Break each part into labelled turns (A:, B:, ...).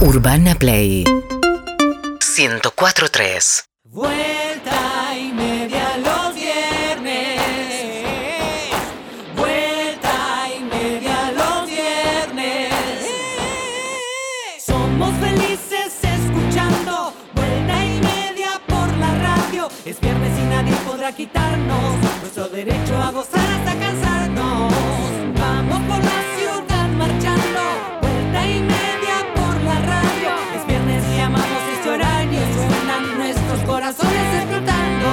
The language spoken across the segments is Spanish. A: Urbana Play 104.3
B: Vuelta y media los viernes. Vuelta y media los viernes. Somos felices escuchando Vuelta y media por la radio. Es viernes y nadie podrá quitarnos nuestro derecho a gozar hasta cansarnos. Vamos por la ciudad marchando. Vuelta y media por la radio. Es viernes y amamos este horario. Suenan nuestros corazones explotando.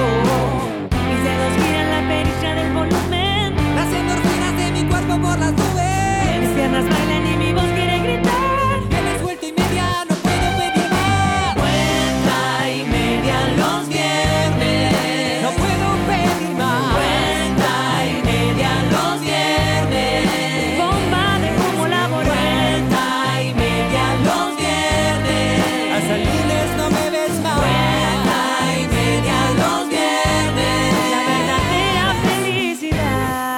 C: Mis dedos giran la perilla del volumen.
B: Las endorfinas de mi cuerpo por las
C: Mis
B: nubes.
C: piernas bailan y mi voz quiere gritar.
B: Tienes vuelta y media, no puedo pedir más. Vuelta y media los viernes. No puedo pedir más. Vuelta y media los viernes.
C: Bomba de humo laboral.
B: Vuelta y media los viernes. Hasta el lunes no me ves más. Vuelta y media los viernes.
C: La verdadera felicidad.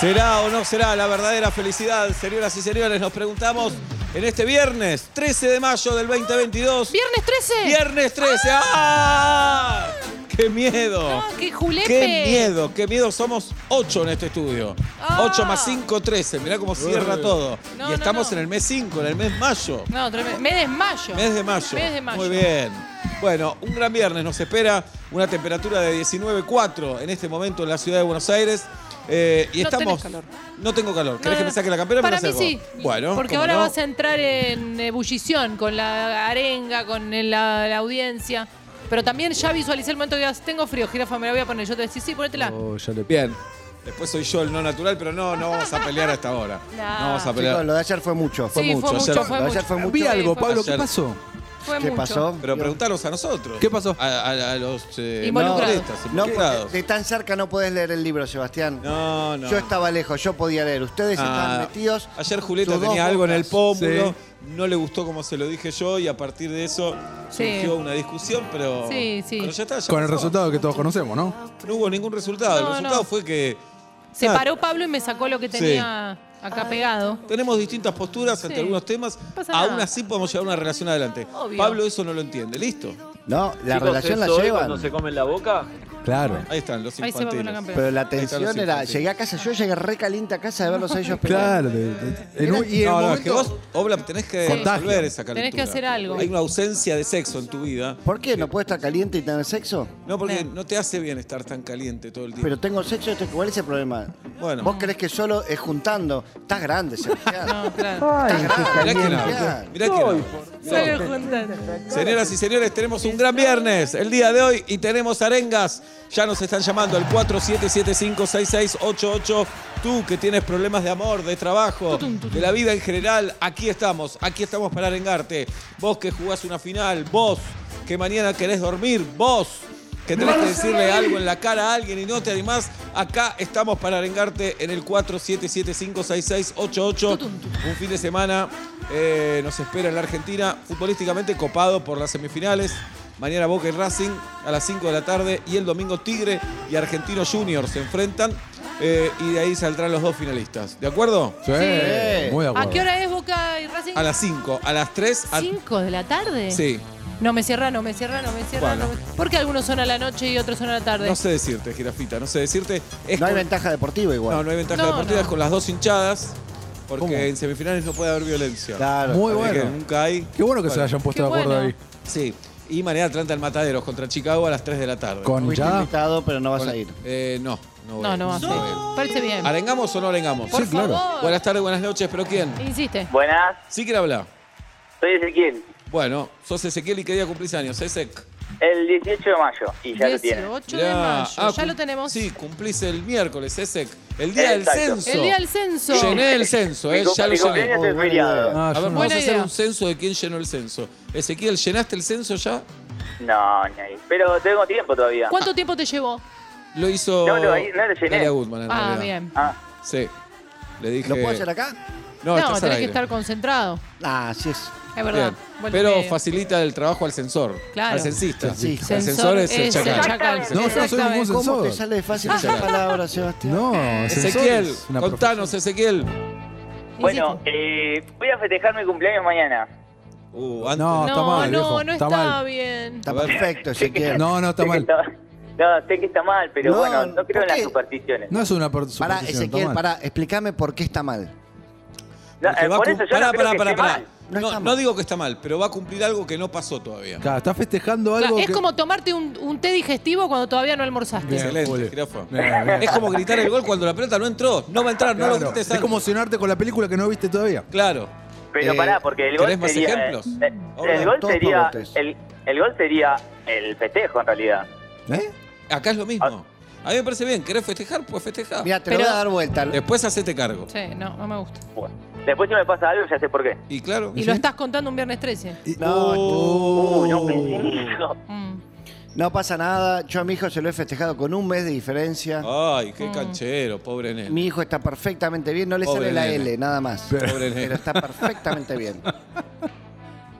D: ¿Será o no será la verdadera felicidad? Señoras y señores, nos preguntamos en este viernes 13 de mayo del 2022.
E: Viernes 13.
D: ¡Viernes 13! ¡Ah! ¡Qué miedo!
E: No, qué julepe.
D: ah. ¡Qué miedo! ¡Qué miedo! Somos 8 en este estudio. 8 más 5, 13. Mirá cómo cierra todo.
E: Ah. No,
D: y
E: no,
D: estamos
E: no.
D: en el mes 5, en el mes mayo.
E: No, tremendo. Me desmayo.
D: Mes de mayo.
E: Mes de mayo.
D: Muy bien. Bueno, un gran viernes. Nos espera una temperatura de 19.4 en este momento en la ciudad de Buenos Aires. Eh, y
E: No
D: estamos.
E: tenés calor.
D: No tengo calor. ¿Querés
E: No,
D: que me saque la campera? o me
E: Para
D: la
E: mí
D: saco?
E: sí.
D: Bueno.
E: Porque
D: ¿cómo
E: ahora
D: no?
E: vas a entrar en ebullición con la arenga, con el- la, la audiencia. Pero también ya visualicé el momento que digas, tengo frío, jirafa, me la voy a poner. Yo te decía, sí, ponétela.
D: Oh.
F: Oh,
D: Bien. Después soy yo el no natural, pero no, no vamos a pelear hasta ahora. No, vamos a
F: Ah, Chicos,
D: pelear.
F: lo de ayer fue mucho.
E: sí, fue
D: mucho,
E: mucho,
D: ayer-
E: fue
F: lo de
E: mucho.
F: ayer fue mucho.
G: Vi
E: Sí,
G: algo,
E: fue
G: Pablo,
D: ayer.
G: ¿qué pasó?
E: Fue
F: ¿Qué
E: mucho.
F: pasó?
D: Pero preguntaros a nosotros.
G: ¿Qué pasó?
D: A, a- a los eh,
E: Involucrados.
D: periodistas,
F: No,
D: involucrados.
F: porque de tan cerca no podés leer el libro, Sebastián.
D: No, no.
F: Yo estaba lejos, yo podía leer. Ustedes estaban
D: Ah,
F: metidos.
D: Ayer Julieta
F: sus dos
D: tenía algo en el
F: bocas.
D: pómulo,
G: Sí.
D: no le gustó como se lo dije yo y a partir de eso
E: Sí.
D: surgió una discusión, pero,
E: Sí, sí.
D: pero ya está. ya
G: Con el
D: pasó.
G: resultado que todos conocemos, ¿no?
D: No hubo ningún resultado.
E: No,
D: el resultado
E: no.
D: fue que
E: Se
D: nada,
E: paró Pablo y me sacó lo que
D: Ah. Sí.
E: tenía acá pegado.
D: Tenemos distintas posturas ante
E: Sí.
D: algunos temas,
E: Pasa
D: aún
E: nada.
D: así podemos llevar una relación adelante.
E: Obvio.
D: Pablo eso no lo entiende, listo.
F: No, la
H: Chicos,
F: relación la
H: eso hoy
F: llevan.
H: Cuando se comen la boca,
G: Claro.
D: Ahí están los
E: Ahí se va con la
D: infantiles.
E: campera.
F: Pero la
D: están los
F: tensión era.
D: infantiles.
F: Llegué a casa, yo llegué re caliente a casa de verlos a ellos pelear.
G: Claro. de- de- en un- y en
D: no,
G: el
D: no,
G: momento-
D: es que vos, Obla, tenés que
G: Contagio.
D: resolver esa calentura.
E: Tenés que hacer algo.
D: Hay una ausencia de sexo en tu vida.
F: ¿Por qué? ¿No puedo estar caliente y tener sexo?
D: No, porque no te hace bien estar tan caliente todo el tiempo.
F: Pero tengo sexo, esto- ¿cuál es el problema?
D: Bueno.
F: ¿Vos crees que solo es juntando? Estás grande, Sebastián.
E: No, claro.
D: Mirá quién habla.
F: Claro.
D: Mirá quién habla.
E: Solo juntando.
D: Señoras y señores, tenemos un gran viernes el día de hoy y tenemos arengas. Ya nos están llamando al 47756688. Tú que tienes problemas de amor, de trabajo, de la vida en general, aquí estamos. Aquí estamos para arengarte. Vos que jugás una final, vos que mañana querés dormir, vos que tenés que decirle algo en la cara a alguien y no te animás, acá estamos para arengarte en el 47756688. Un fin de semana eh, nos espera en la Argentina, futbolísticamente copado por las semifinales. Mañana Boca y Racing a las 5 de la tarde y el domingo Tigre y Argentino Junior se enfrentan eh, y de ahí saldrán los dos finalistas. ¿De acuerdo?
G: Sí, Muy de acuerdo.
E: ¿A qué hora es Boca y Racing?
D: A las 5, a las 3, a...
E: 5 de la tarde.
D: Sí,
E: No me cierra, no me cierra, no me cierra.
D: Bueno.
E: no me- ¿Por qué algunos son a la noche y otros son a la tarde?
D: no sé decirte, Girafita, no sé decirte. Es
F: No hay
D: con-
F: ventaja deportiva igual.
D: No, no hay ventaja
E: No,
D: deportiva
E: no.
D: es con las dos hinchadas, porque
G: ¿Cómo?
D: en semifinales no puede haber violencia.
F: Claro.
G: Muy
D: Así
G: bueno.
D: que nunca hay.
G: Qué bueno que se hayan puesto de
E: Qué
G: acuerdo ahí.
E: bueno.
D: Sí. Y mañana Atlanta al Mataderos contra Chicago a las 3 de la tarde.
G: Con
F: Fuiste
G: hinchada.
F: invitado, pero no vas
D: Con-
F: a ir.
D: Eh, no, no. voy.
E: No, no va a ser. Parece bien.
D: ¿Arengamos o no arengamos?
E: Por favor.
D: Buenas tardes, buenas noches, pero ¿quién?
E: Insiste.
H: buenas,
D: ¿Sí quiere hablar?
H: soy Ezequiel,
D: Bueno, sos Ezequiel y qué día cumplís años, Ezek.
H: el 18 de mayo, y ya lo tienen.
E: 18 de
D: Mirá.
E: mayo.
D: Ah,
E: ya lo
D: cum-
E: tenemos.
D: Sí, cumplís el miércoles, Ezek. El día
H: Exacto.
D: del censo.
E: El día del censo.
D: Llené el censo, eh,
H: mi cum-
D: ya lo
H: mi
D: llené.
H: cumpleaños es
F: Oh,
H: feriado.
G: Ah,
D: A
G: yo
D: ver,
G: no-
D: vamos
E: Buena
D: a hacer
E: idea.
D: un censo de quién llenó el censo. Ezequiel, ¿llenaste el censo ya?
H: No, ni ahí. Pero tengo tiempo todavía.
E: ¿Cuánto tiempo te llevó?
D: Lo hizo.
H: No, no, ahí no lo llené.
D: Dalia Goodman, en
E: Ah,
D: realidad.
E: bien.
H: Ah,
D: Sí. Le dije.
F: ¿Lo puedo hacer acá?
D: No,
E: No,
D: estás al
E: tenés que
D: aire.
E: estar concentrado.
F: Ah, sí es.
E: Es verdad.
D: Bien.
E: Vuelve
D: Pero
E: medio.
D: facilita el trabajo al sensor.
E: Claro.
D: Al censista.
F: Censista.
D: El sensor es el chacal.
G: No, yo no soy
E: Exactamente.
G: ningún
F: ¿Cómo
G: Sensor.
F: te sale fácil esa palabra, Sebastián?
G: No,
D: Ezequiel,
G: sensores, una
D: contanos, Ah, Ezequiel.
H: Bueno, eh, voy a festejar mi cumpleaños mañana.
D: Uh, antes.
G: No, está mal,
E: no,
G: viejo,
E: no
G: está
E: está,
G: mal.
E: bien.
F: Está perfecto, Ezequiel.
G: No, no, está
H: Sé que
G: mal.
H: está- no, sé que está mal, pero
F: No,
H: bueno, no creo
F: ¿por
H: en las
F: qué?
H: supersticiones.
G: No es una per-
F: Pará,
G: superstición, está
F: Ezequiel,
G: mal.
F: pará, explícame por qué está mal.
H: No,
D: Porque
H: eh,
D: va a
H: por
D: cum-
H: eso yo
D: pará,
H: no creo
D: pará,
H: que
D: pará,
H: esté
D: pará.
H: mal.
F: No
D: No,
F: está mal.
D: no digo que está mal, pero va a cumplir algo que no pasó todavía.
G: Claro, está festejando
E: Claro,
G: algo
E: es
G: que...
E: como tomarte un, un té digestivo cuando todavía no almorzaste.
G: Bien,
D: Excelente,
G: Juli.
D: jirafa.
G: Bien, bien.
D: Es como gritar el gol cuando la pelota no entró. No va a entrar, no
G: Claro,
D: lo grites
G: Es
D: antes.
G: como emocionarte con la película que no viste todavía.
D: Claro.
H: Pero
F: Eh,
H: pará, porque el gol
D: ¿querés más
H: sería.
D: ejemplos?
H: eh, eh,
D: Ahora,
H: el gol
F: todos
H: sería.
F: pavotes.
H: El, el gol sería el festejo en realidad.
G: ¿Eh?
D: Acá es lo
H: Ah.
D: mismo. A mí me parece bien. ¿Querés festejar? Pues festejá.
F: Mira, te lo
E: Pero-
F: voy a dar vuelta.
D: Después hacete cargo.
E: Sí, no, no me gusta.
H: Bueno, después si me pasa algo ya sé por qué.
D: Y claro.
E: Y lo estás contando un viernes 13.
G: Y- Oh.
F: No,
H: Uh, no pensé en eso.
E: Mm.
F: No pasa nada. Yo a mi hijo se lo he festejado con un mes de diferencia.
D: Ay, qué canchero, pobre nene.
F: Ah. Mi hijo está perfectamente bien, no le
D: Pobre
F: sale la
D: nene.
F: L, nada más.
G: Pero-
D: Pobre nene.
F: Pero está perfectamente bien.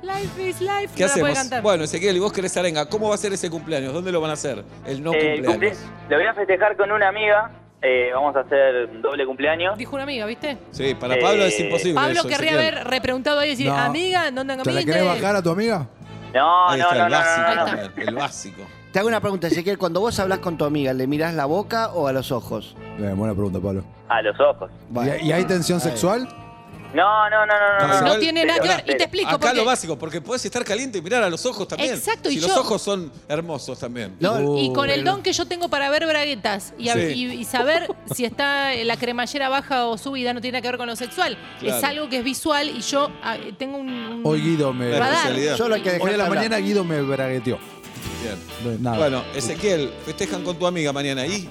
E: Life is life.
D: ¿Qué
E: no la puede
D: hacemos?
E: cantar.
D: Bueno, Ezequiel, y vos querés arenga. ¿Cómo va a ser ese cumpleaños? ¿Dónde lo van a hacer? El no
H: Eh, el
D: cumpleaños.
H: cumple- lo voy a festejar con una amiga. eh, vamos a hacer un doble cumpleaños.
E: Dijo una amiga, ¿viste?
D: Sí, para Pablo es
H: Eh,
D: imposible.
E: Pablo
D: eso,
E: querría
D: Ezequiel.
E: haber repreguntado ahí y decir,
G: No.
E: amiga, ¿dónde andan
G: ¿Te la querés bajar a tu amiga?
H: No,
D: Ahí
H: no,
D: está,
H: no, no,
D: el básico.
H: no, no, no.
E: Ahí
D: también, El básico.
F: Te hago una pregunta, Ezequiel. Cuando vos hablas con tu amiga, ¿le mirás la boca o a los ojos?
G: Bien, Eh, buena pregunta, Pablo.
H: A los ojos.
F: Bueno.
G: ¿Y, y hay tensión sexual?
H: No, no, no, no, no.
D: No,
H: no,
E: No
D: Igual-
E: tiene nada que ver. Y te
H: explico.
E: explico
D: Acá
E: por qué.
D: lo básico, porque podés estar caliente y mirar a los ojos también.
E: Exacto,
D: Si
E: y
D: los
E: yo-
D: ojos son hermosos también.
F: No,
E: Y con Uh, el
F: pero-
E: don que yo tengo para ver braguetas y, a-
D: Uh, Sí.
E: y- y saber si está eh, la cremallera baja o subida no tiene nada que ver con lo sexual.
D: Claro.
E: Es algo que es visual y yo ah, tengo un, un
G: Hoy Guido me...
D: La
E: radar.
D: especialidad.
F: Solo hay que dejar
G: Hoy a la mañana Guido me bragueteó.
D: Bien.
G: No,
E: Ah.
G: Nada.
D: Bueno, Ezequiel, festejan con tu amiga mañana y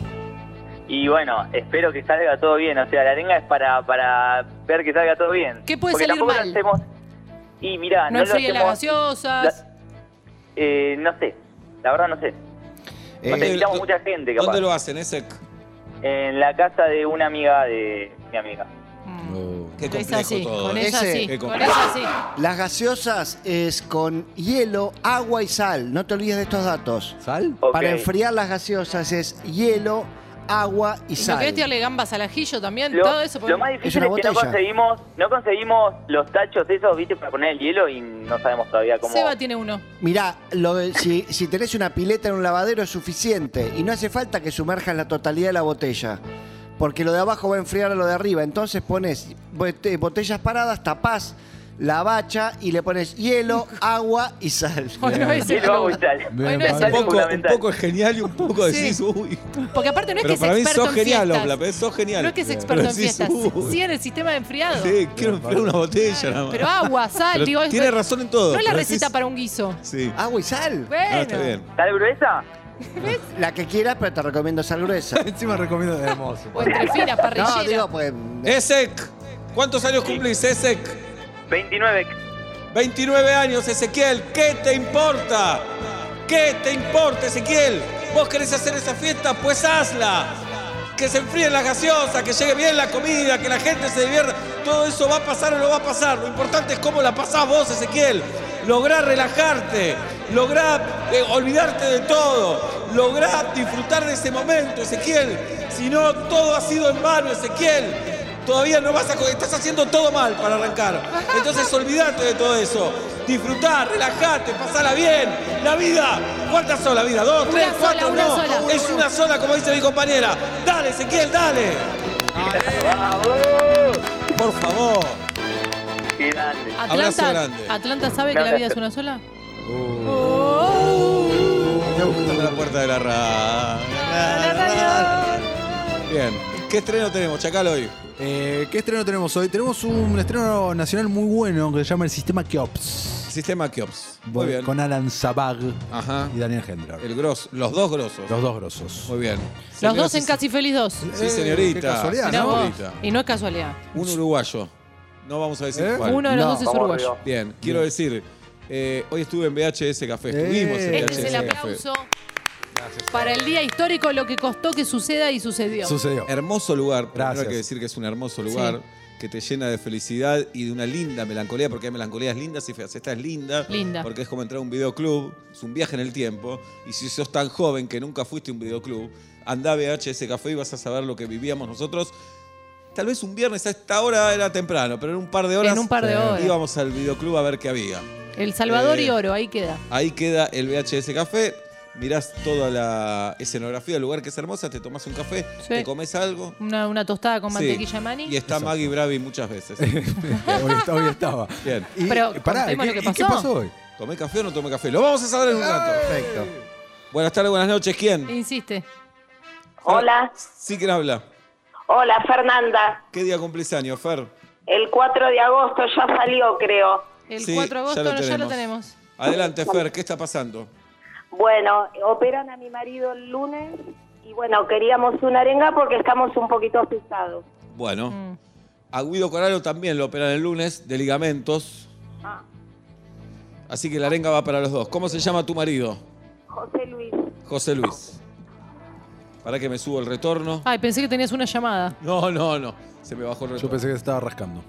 H: Y bueno, espero que salga todo bien. O sea, la arenga es para, para ver que salga todo bien.
E: ¿Qué puede
H: Porque
E: salir
H: tampoco lo
E: mal?
H: hacemos- Y mirá,
E: No
H: no, lo
E: enfríe las
H: hacemos...
E: gaseosas.
H: Eh, no sé. La verdad no sé.
F: Eh,
H: Te invitamos mucha gente, capaz.
D: ¿Dónde lo hacen, Ezek?
H: En la casa de una amiga de mi amiga.
E: Mm.
D: Qué
E: Es
D: complejo
E: así,
D: todo.
E: con
D: ¿eh?
E: ella
F: Ese-
E: sí,
D: Qué
E: con
D: complejo.
E: ella sí.
F: Las gaseosas es con hielo, agua y sal. No te olvides de estos datos.
G: ¿Sal?
H: Ok.
F: Para enfriar las gaseosas es hielo, agua y
E: ¿Y no
F: sal.
E: querés tirarle gambas al ajillo también?
H: Lo,
E: Todo eso. porque-
H: lo más difícil
F: una
H: es, que no
D: Ah.
F: botella.
H: conseguimos, no conseguimos los tachos esos, viste, para poner el hielo y no sabemos todavía cómo.
E: Seba tiene uno.
F: Mirá, lo de- si, si tenés una pileta en un lavadero es suficiente y no hace falta que sumerjas la totalidad de la botella. Porque lo de abajo va a enfriar a lo de arriba. Entonces pones bote- botellas paradas, tapás la bacha y le pones hielo, agua y sal.
E: Bueno, ese
H: Hielo, agua y
E: no.
H: sal.
G: Bien,
E: Hoy no es
G: Pablo.
D: Un
E: el-
D: poco, un
H: fundamental.
D: poco es genial y un poco decís, uy.
E: Porque aparte no es
D: Pero
E: que
D: para
E: es
D: mí
E: experto
D: sos
E: en
D: genial,
E: fiestas.
D: Oblap, eh, sos genial.
E: No es que es
D: Pero
E: experto en
D: decís,
E: fiestas.
D: uy.
E: Sí, en el sistema de enfriado.
D: Sí, quiero enfriar una botella nada más.
E: Pero agua, sal,
D: Pero
E: digo. es-
D: tiene razón en todo,
E: No es la
D: pero decís-
E: receta para un guiso.
D: Sí.
F: Agua y sal.
E: Bueno.
D: Ah, está bien.
H: ¿Sal gruesa?
F: La que quieras, pero te recomiendo sal gruesa.
G: Encima recomiendo de hermoso.
E: O entre finas, parrillera.
F: No, digo, pues.
D: Ezek, ¿cuántos años cumplís, Ezek?
H: 29.
D: 29 años, Ezequiel, ¿qué te importa? ¿Qué te importa, Ezequiel? ¿Vos querés hacer esa fiesta? Pues hazla. Que se enfríen las gaseosas, que llegue bien la comida, que la gente se divierta. Todo eso va a pasar o no va a pasar. Lo importante es cómo la pasás vos, Ezequiel. Lográ relajarte, lográ eh, olvidarte de todo, lográ disfrutar de ese momento, Ezequiel. Si no, todo ha sido en vano, Ezequiel. Todavía no vas a. co- Estás haciendo todo mal para arrancar. Entonces olvídate de todo eso. Disfrutar, relajate, pasala bien. La vida. ¿Cuántas son la vida? ¿Dos,
E: Una
D: tres,
E: sola,
D: cuatro?
E: una
D: no.
E: sola.
D: Es una sola, como dice mi compañera. Dale, Ezequiel, dale. Por favor.
H: Qué grande.
D: Abrazo
E: Atlanta,
D: grande.
E: Atlanta sabe que la vida es una sola.
D: Uh. Está buscando la puerta de la radio. Bien. ¿Qué estreno tenemos, Chacal, hoy?
G: Eh, ¿Qué estreno tenemos hoy? Tenemos un estreno nacional muy bueno que se llama El Sistema Keops.
D: Sistema Kiops. Muy bien.
G: Con Alan Zabag
D: Ajá.
G: y Daniel Hendler.
D: El grosso. Los dos grosos.
G: Los dos grosos.
D: Muy bien.
E: Los
D: Señoras
E: dos
D: y
E: en Casi Feliz 2.
D: Sí,
G: Eh,
D: señorita.
G: qué casualidad,
D: Sí,
E: Mirá vos.
D: señorita.
E: Y no es casualidad.
D: Un uruguayo. No vamos a decir
G: ¿Eh?
D: cuál.
E: Uno de los
F: No,
E: dos es
H: vamos
E: uruguayo.
H: arriba.
D: Bien, quiero decir, eh, hoy estuve en VHS Café. Estuvimos en
G: Eh.
E: Este es
D: VHS
E: el
D: Café.
E: aplauso para el día histórico, lo que costó que suceda y sucedió.
G: Sucedió.
D: Hermoso lugar. Primero
G: Gracias.
D: hay que decir que es un hermoso lugar. Que te llena de felicidad y de una linda melancolía, porque hay melancolías lindas y feas. Esta es linda,
E: Linda.
D: porque es como entrar a un videoclub, es un viaje en el tiempo. Y si sos tan joven que nunca fuiste a un videoclub, andá a VHS Café y vas a saber lo que vivíamos nosotros Tal vez un viernes a esta hora era temprano, pero en un par de horas,
E: En un par de
D: eh,
E: horas.
D: íbamos al videoclub a ver qué había.
E: El Salvador
D: Eh,
E: y Oro, ahí queda.
D: Ahí queda el VHS Café. Mirás toda la escenografía del lugar que es hermosa, te tomas un café,
E: Sí.
D: te comes algo.
E: Una, una tostada con
D: Sí.
E: mantequilla de maní.
D: Y está Maggie Bravi muchas veces.
G: hoy, est- hoy estaba.
D: Bien.
G: Y,
E: Pero
G: pará,
E: contemos
G: ¿qué,
E: lo que
G: y qué
E: pasó.
G: pasó hoy?
D: ¿Tomé café o no tomé café? Lo vamos a saber en un rato.
F: Perfecto.
D: Buenas tardes, buenas noches. ¿Quién?
E: Insiste.
A: Hola,
D: Sí, ¿quién habla?
A: hola Fernanda.
D: ¿Qué día cumplís años, Fer?
A: El 4 de agosto ya salió, creo.
E: El
D: Sí,
E: 4 de agosto no, ya lo tenemos.
D: Adelante, Fer, ¿qué está pasando?
A: Bueno, operan a mi marido el lunes y bueno, queríamos una arenga porque estamos un poquito asustados.
D: Bueno,
E: Mm.
D: a Guido Coralo también lo operan el lunes de ligamentos.
A: Ah.
D: Así que la arenga va para los dos. ¿Cómo se llama tu marido?
A: José Luis,
D: José Luis. Para que me subo el retorno.
E: Ay, pensé que tenías una llamada.
D: No, no, no. Se me bajó el
G: Yo
D: retorno.
G: pensé que se estaba rascando.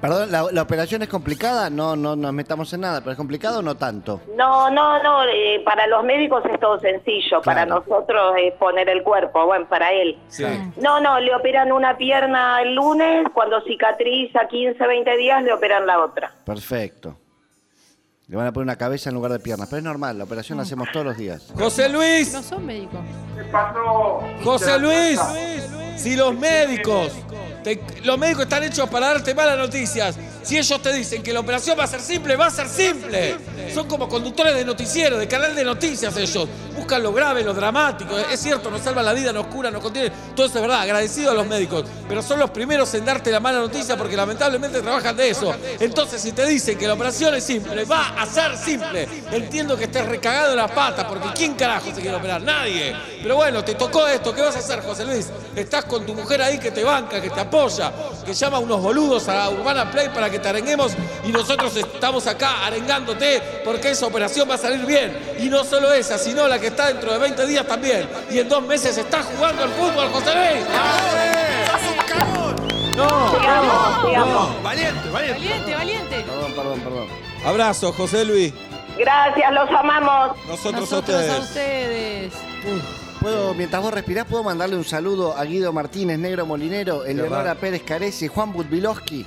F: Perdón, ¿la, la operación es complicada? No, no nos metamos en nada, pero es complicado o no tanto.
A: no, no, no, eh, para los médicos es todo sencillo, para
F: Claro.
A: nosotros es poner el cuerpo, bueno, para él.
D: Sí.
A: No, no, le operan una pierna el lunes, cuando cicatriza 15, 20 días le operan la otra.
F: Perfecto. Le van a poner una cabeza en lugar de piernas, pero es normal, la operación la hacemos todos los días.
D: José Luis,
E: No son médicos.
D: José Luis. Si los médicos, te- los médicos están hechos para darte malas noticias. Si ellos te dicen que la operación va a ser simple, va a ser simple. Son como conductores de noticiero, de canal de noticias ellos. Buscan lo grave, lo dramático. Es cierto, nos salvan la vida, nos curan, nos contienen. Todo eso es verdad, agradecido a los médicos. Pero son los primeros en darte la mala noticia porque lamentablemente trabajan de eso. Entonces, si te dicen que la operación es simple, va a ser simple. Entiendo que estés recagado en las patas porque ¿quién carajo se quiere operar? Nadie. Pero bueno, te tocó esto. ¿Qué vas a hacer, José Luis? Estás con tu mujer ahí que te banca, que te apoya, que llama a unos boludos a Urbana Play para que te arenguemos y nosotros estamos acá arengándote porque esa operación va a salir bien. Y no solo esa, sino la que está dentro de 20 días también. Y en dos meses estás jugando al fútbol, José Luis.
A: Te amo, te amo.
E: Valiente, valiente.
F: Perdón, perdón, perdón.
D: Abrazo, José Luis.
A: Gracias, los amamos.
D: Nosotros,
E: Nosotros a ustedes.
F: ¿Puedo, mientras vos respirás, puedo mandarle un saludo a Guido Martínez, Negro Molinero, Eleonora Pérez Caresi, Juan Budvilowski,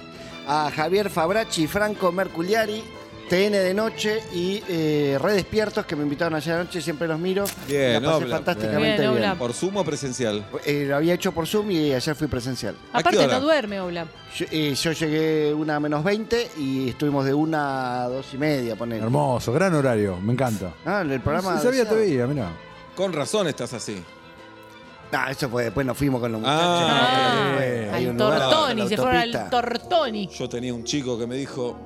F: a Javier Fabracci, Franco Merculiari, TN de Noche y eh, Redespiertos, que me invitaron ayer anoche, siempre los miro.
D: Bien,
F: La pasé
D: Oblap.
F: fantásticamente
E: Bien,
F: bien.
E: Oblap.
D: Por sumo presencial.
F: Eh, lo había hecho por Zoom y ayer fui presencial.
D: qué
E: Aparte
D: hora?
E: no duerme, Obla.
F: Yo, eh, yo llegué una menos 20 y estuvimos de una a dos y media, poner.
G: Hermoso, gran horario, me encanta.
F: Ah, el programa.
G: Sí, sabía
F: deseado.
G: todavía, mirá.
D: Con razón estás así.
F: No, eso fue después nos fuimos con los muchachos.
D: Ah,
E: Ah,
F: Eh, hay
E: al
F: un lugar,
E: Tortoni,
F: la
E: se fueron al
F: autopista.
E: Tortoni.
D: Yo tenía un chico que me dijo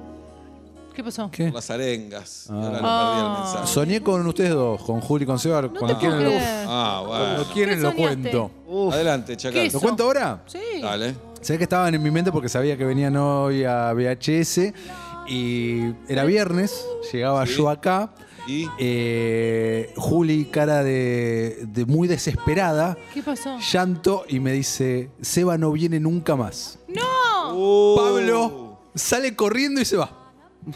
E: ¿Qué pasó?
G: ¿Qué?
D: las arengas. Y
G: Ah.
D: Ahora
E: Ah.
D: no perdí el mensaje.
G: Soñé con ustedes dos, con Juli y con Seba.
E: No te
G: cuando
E: puedo
G: quieren, lo,
E: creer.
D: Ah, bueno.
G: cuando quieren lo
E: ¿Qué soñaste?
G: cuento.
F: Uf,
D: Adelante,
E: ¿Qué
D: chacal.
E: es?
G: ¿Lo cuento ahora?
E: Sí.
D: Dale.
G: Sé que estaban en mi mente porque sabía que venían hoy a VHS y era viernes, llegaba
D: Sí.
G: yo acá.
D: Y
G: eh, Juli, cara de, de muy desesperada,
E: ¿Qué pasó?
G: llanto y me dice, Seba no viene nunca más.
E: ¡No!
D: Uh.
G: Pablo sale corriendo y se va.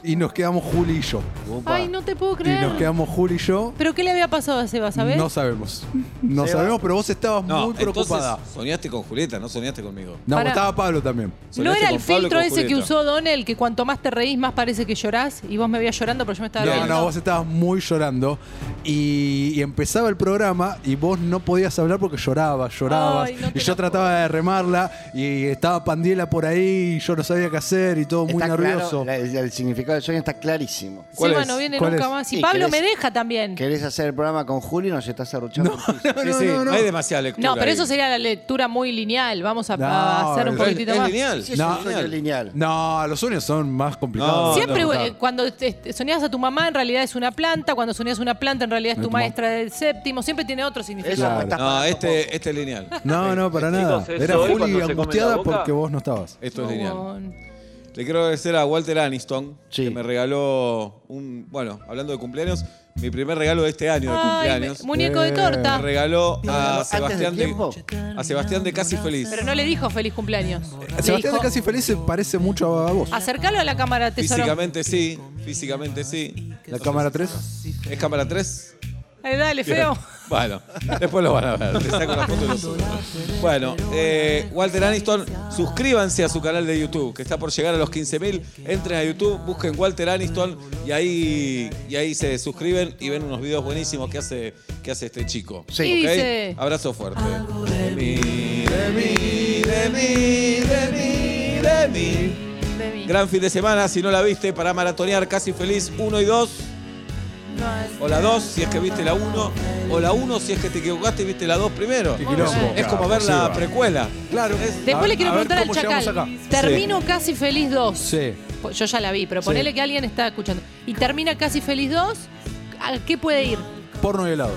G: Y nos quedamos Juli y yo.
E: Ay, no te puedo
G: Y nos
E: creer.
G: quedamos Juli y yo.
E: ¿Pero qué le había pasado a Seba, sabes?
G: No sabemos. No
F: Seba.
G: sabemos, pero vos estabas
D: no,
G: muy preocupada.
D: entonces soñaste con Julieta, no soñaste conmigo.
G: no,
E: Pará. Mm,
G: estaba Pablo también.
E: ¿No
D: Soñaste
E: era
D: con
E: el
D: Pablo y
E: filtro
D: con
E: ese que
D: Julieta.
E: usó Donel, que cuanto más te reís, más parece que llorás? Y vos me veías llorando, pero yo me estaba
G: No,
D: Bien.
E: riendo.
G: no, vos estabas muy llorando y, y empezaba el programa y vos no podías hablar porque llorabas, llorabas.
E: Ay, no te
G: y yo
E: la
G: trataba de remarla y estaba Pandiela por ahí y yo no sabía qué hacer y todo muy
F: está
G: nervioso.
F: claro, la- el, el significado del sueño está clarísimo.
G: ¿Cuál
E: Seba
G: es?
E: no viene
G: ¿Cuál
E: nunca
G: es?
E: más. Y
F: Sí,
E: Pablo
F: ¿querés?
E: me deja también.
F: ¿Querés hacer el programa con Juli? Nos estás arruchando.
D: Sí, sí, no, hay demasiada lectura.
E: No, pero eso
D: ahí.
E: sería la lectura muy lineal. Vamos a,
G: No,
E: a hacer un
G: es-
D: Pero
E: poquitito
D: Es, es
E: más.
D: lineal.
F: Sí, es
G: No.
F: un sueño lineal.
G: No, los sueños son más complicados.
D: No,
E: Siempre
D: no,
E: eh, cuando te- te- soñás a tu mamá, en realidad es una planta. Cuando soñás una planta, en realidad es
G: tu
E: tu
G: mam-
E: maestra del séptimo. Siempre tiene otro
F: Eso
E: significado.
F: me
G: Claro.
F: estás
D: No,
F: pagando poco.
D: este, este es lineal.
G: No, no, para nada.
I: Eh, Chicos, eso
G: Era
I: hoy
G: Juli
I: cuando se come la
G: angustiada
I: boca.
G: porque vos no estabas.
D: Esto es lineal.
E: Como-
D: Le quiero agradecer a Walter Aniston,
F: Sí.
D: que me regaló un. Bueno, hablando de cumpleaños, mi primer regalo de este año de
E: Ay, me-
D: cumpleaños.
E: muñeco de
G: Eh,
E: torta.
D: Me regaló a
F: ¿Antes del
D: Sebastián de,
F: tiempo?
D: a Sebastián de Casi Feliz.
E: Pero no le dijo feliz cumpleaños. Le
G: Sebastián de
E: dijo,
G: Casi Feliz se parece mucho a vos.
E: Acercalo a la cámara, tesoro.
D: Físicamente sí, físicamente sí.
G: La cámara 3.
D: ¿Es cámara 3?
E: Ay, Eh, dale, feo.
D: Bueno, después lo van a ver. Les saco la foto y lo subo. Bueno, eh, Walter Aniston, suscríbanse a su canal de YouTube, que está por llegar a los 15.000. Entren a YouTube, busquen Walter Aniston y ahí, y ahí se suscriben y ven unos videos buenísimos que hace, que hace este chico.
F: Sí.
E: Y
D: ¿Ok?
E: dice-
D: Abrazo fuerte. De mí, de mí, de mí, de mí, de mí.
E: De mí.
D: Gran fin de semana, si no la viste, para maratonear Casi Feliz 1 y 2. O la 2 si es que viste la 1. O la 1 si es que te equivocaste y viste la 2 primero.
G: Qué quilombo,
D: Es como
G: capo,
D: ver la
G: Seba.
D: precuela.
G: Claro.
E: Después
G: A-
E: le quiero
G: a ver
E: preguntar al
G: cómo llegamos acá.
E: Chacal. Termino casi feliz 2.
G: Sí.
E: Po- Yo ya la vi, pero ponele que alguien está escuchando. Y termina casi feliz 2. ¿A qué puede ir?
G: Porno y helado.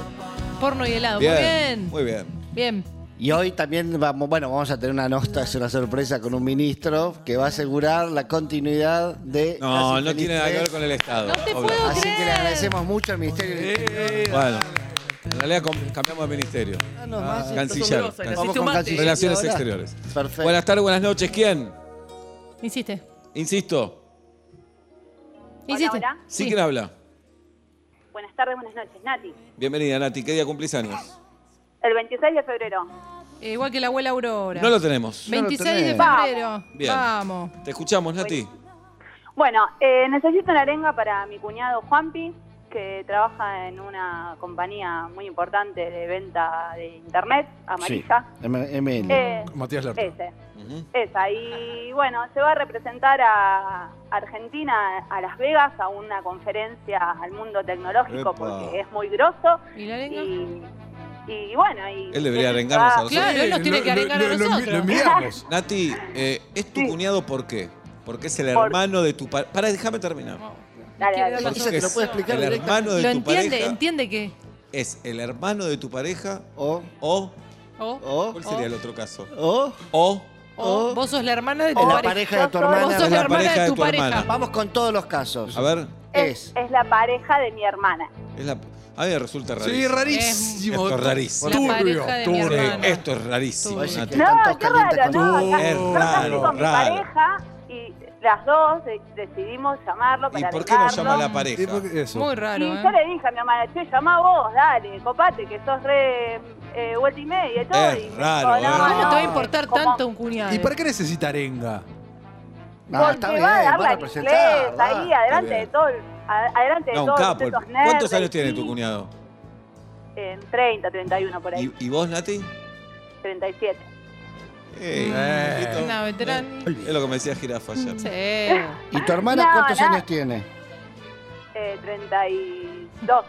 E: Porno y helado. Muy bien.
D: Muy bien.
E: Bien.
F: Y hoy también vamos, bueno, vamos a tener una nota, es una sorpresa con un ministro que va a asegurar la continuidad de.
D: No,
F: Casi
D: no
F: Feliz
D: tiene nada que ver
F: tres.
D: con el Estado.
E: No te
D: obvio.
E: puedo
F: Así que le
E: creer.
F: agradecemos mucho al Ministerio del Interior.
D: Bueno, en realidad com- cambiamos de ministerio.
F: Ah,
D: Ah,
F: no, más,
B: grosa,
D: Canciller. Canciller.
F: Vamos
B: Hiciste
F: con
B: un mate.
F: Cancillería
D: Relaciones
F: ahora.
D: Exteriores.
F: Perfecto.
D: Buenas tardes, buenas noches. ¿Quién?
E: Hiciste.
D: Insisto.
E: Hiciste.
A: hola.
D: Sí, ¿quién habla?
A: Buenas tardes, buenas noches, Nati.
D: Bienvenida, Nati. ¿Qué día cumplís años?
A: El 26 de febrero.
E: Eh, igual que la abuela Aurora.
D: No lo tenemos.
E: 26
F: No lo
E: de
F: tenés.
E: febrero.
D: Bien.
E: Vamos.
D: Te escuchamos, Nati.
A: Bueno, eh, necesito una arenga para mi cuñado Juanpi, que trabaja en una compañía muy importante de venta de internet,
F: Sí,
A: amarilla.
F: M- ML.
A: Eh,
G: Matías Lerta.
A: ese,
D: Ujú.
A: esa. Y bueno, se va a representar a Argentina, a Las Vegas, a una conferencia al mundo tecnológico,
D: Epa.
A: porque es muy grosso.
E: ¿Y la arenga?
A: Y, y bueno, y...
D: Él debería
A: y
D: arengarnos
A: va-
D: a nosotros.
E: Claro, él nos tiene que arengar a
G: lo- lo- lo- Lo
E: nosotros.
G: enviamos.
D: Nati, eh, ¿es tu cuñado por qué? Porque es el
A: Por-
D: hermano de tu pareja. Para, déjame terminar.
A: Dale,
E: Quiere
A: dale.
E: dar la
F: Quizá te lo
E: solución.
F: puede explicar
D: El
F: directamente.
D: hermano de
E: Lo
D: tu
E: entiende,
D: pareja
E: entiende que.
D: es el hermano de tu pareja
F: O,
D: o.
E: O,
F: o,
D: ¿Cuál sería el otro caso?
F: o,
D: O
E: o
F: o-
E: vos sos la hermana de tu
F: la
E: pareja.
F: pareja de tu
A: Yo soy-
E: Vos
F: hermana.
E: sos
D: la
E: la hermana
D: pareja
E: de
D: de
E: tu
D: tu
E: pareja.
D: hermana.
F: Vamos con todos los casos.
D: A ver,
F: Es.
A: Es, es la pareja de mi hermana.
D: es la, a mí me resulta rarísimo.
G: Sí, rarísimo.
D: Esto es rarísimo.
E: La pareja de mi hermana.
D: Esto es rarísimo.
F: Vos decís
D: Nati.
F: que tantos
A: qué raro,
F: calientes con-
A: no, acá-
D: Es
A: yo
D: raro,
A: salí con mi
D: raro.
A: pareja y las dos de- decidimos llamarlo
D: ¿Y
A: para
D: por qué no
A: arengarlo.
D: llama a la pareja?
G: Sí, porque eso.
E: Muy
A: Y
E: raro, ¿eh?
A: yo le dije a mi hermana, che, llama vos, dale, copate, que sos re eh, vuelta y media y todo.
D: Es
A: y me
D: raro,
A: dijo,
D: ¿eh?
A: no,
E: ¿Cómo te va a
A: no,
E: importar
A: como-
E: tanto un cuñado?
G: ¿Y para qué necesita arenga?
F: No,
A: porque
F: está
A: va
F: bien,
A: a
F: va
A: darla
F: a
A: en
F: representar,
A: inglés,
F: va.
A: ahí, adelante
D: bien.
A: de todo, el- a- adelante
D: No,
A: de
D: un
A: todos
D: capo.
A: esos nerds.
D: ¿Cuántos años tiene tu
A: sí,
D: cuñado?
A: En 30, 31, por ahí,
D: ¿Y, y vos, Nati?
A: 37.
D: Ey,
G: Eh.
D: Tito.
E: Una veterana.
D: Es lo que me decía Girafa ayer.
E: Sí.
F: ¿Y tu hermana
A: No,
F: cuántos
A: no.
F: años tiene?
A: Eh, 32.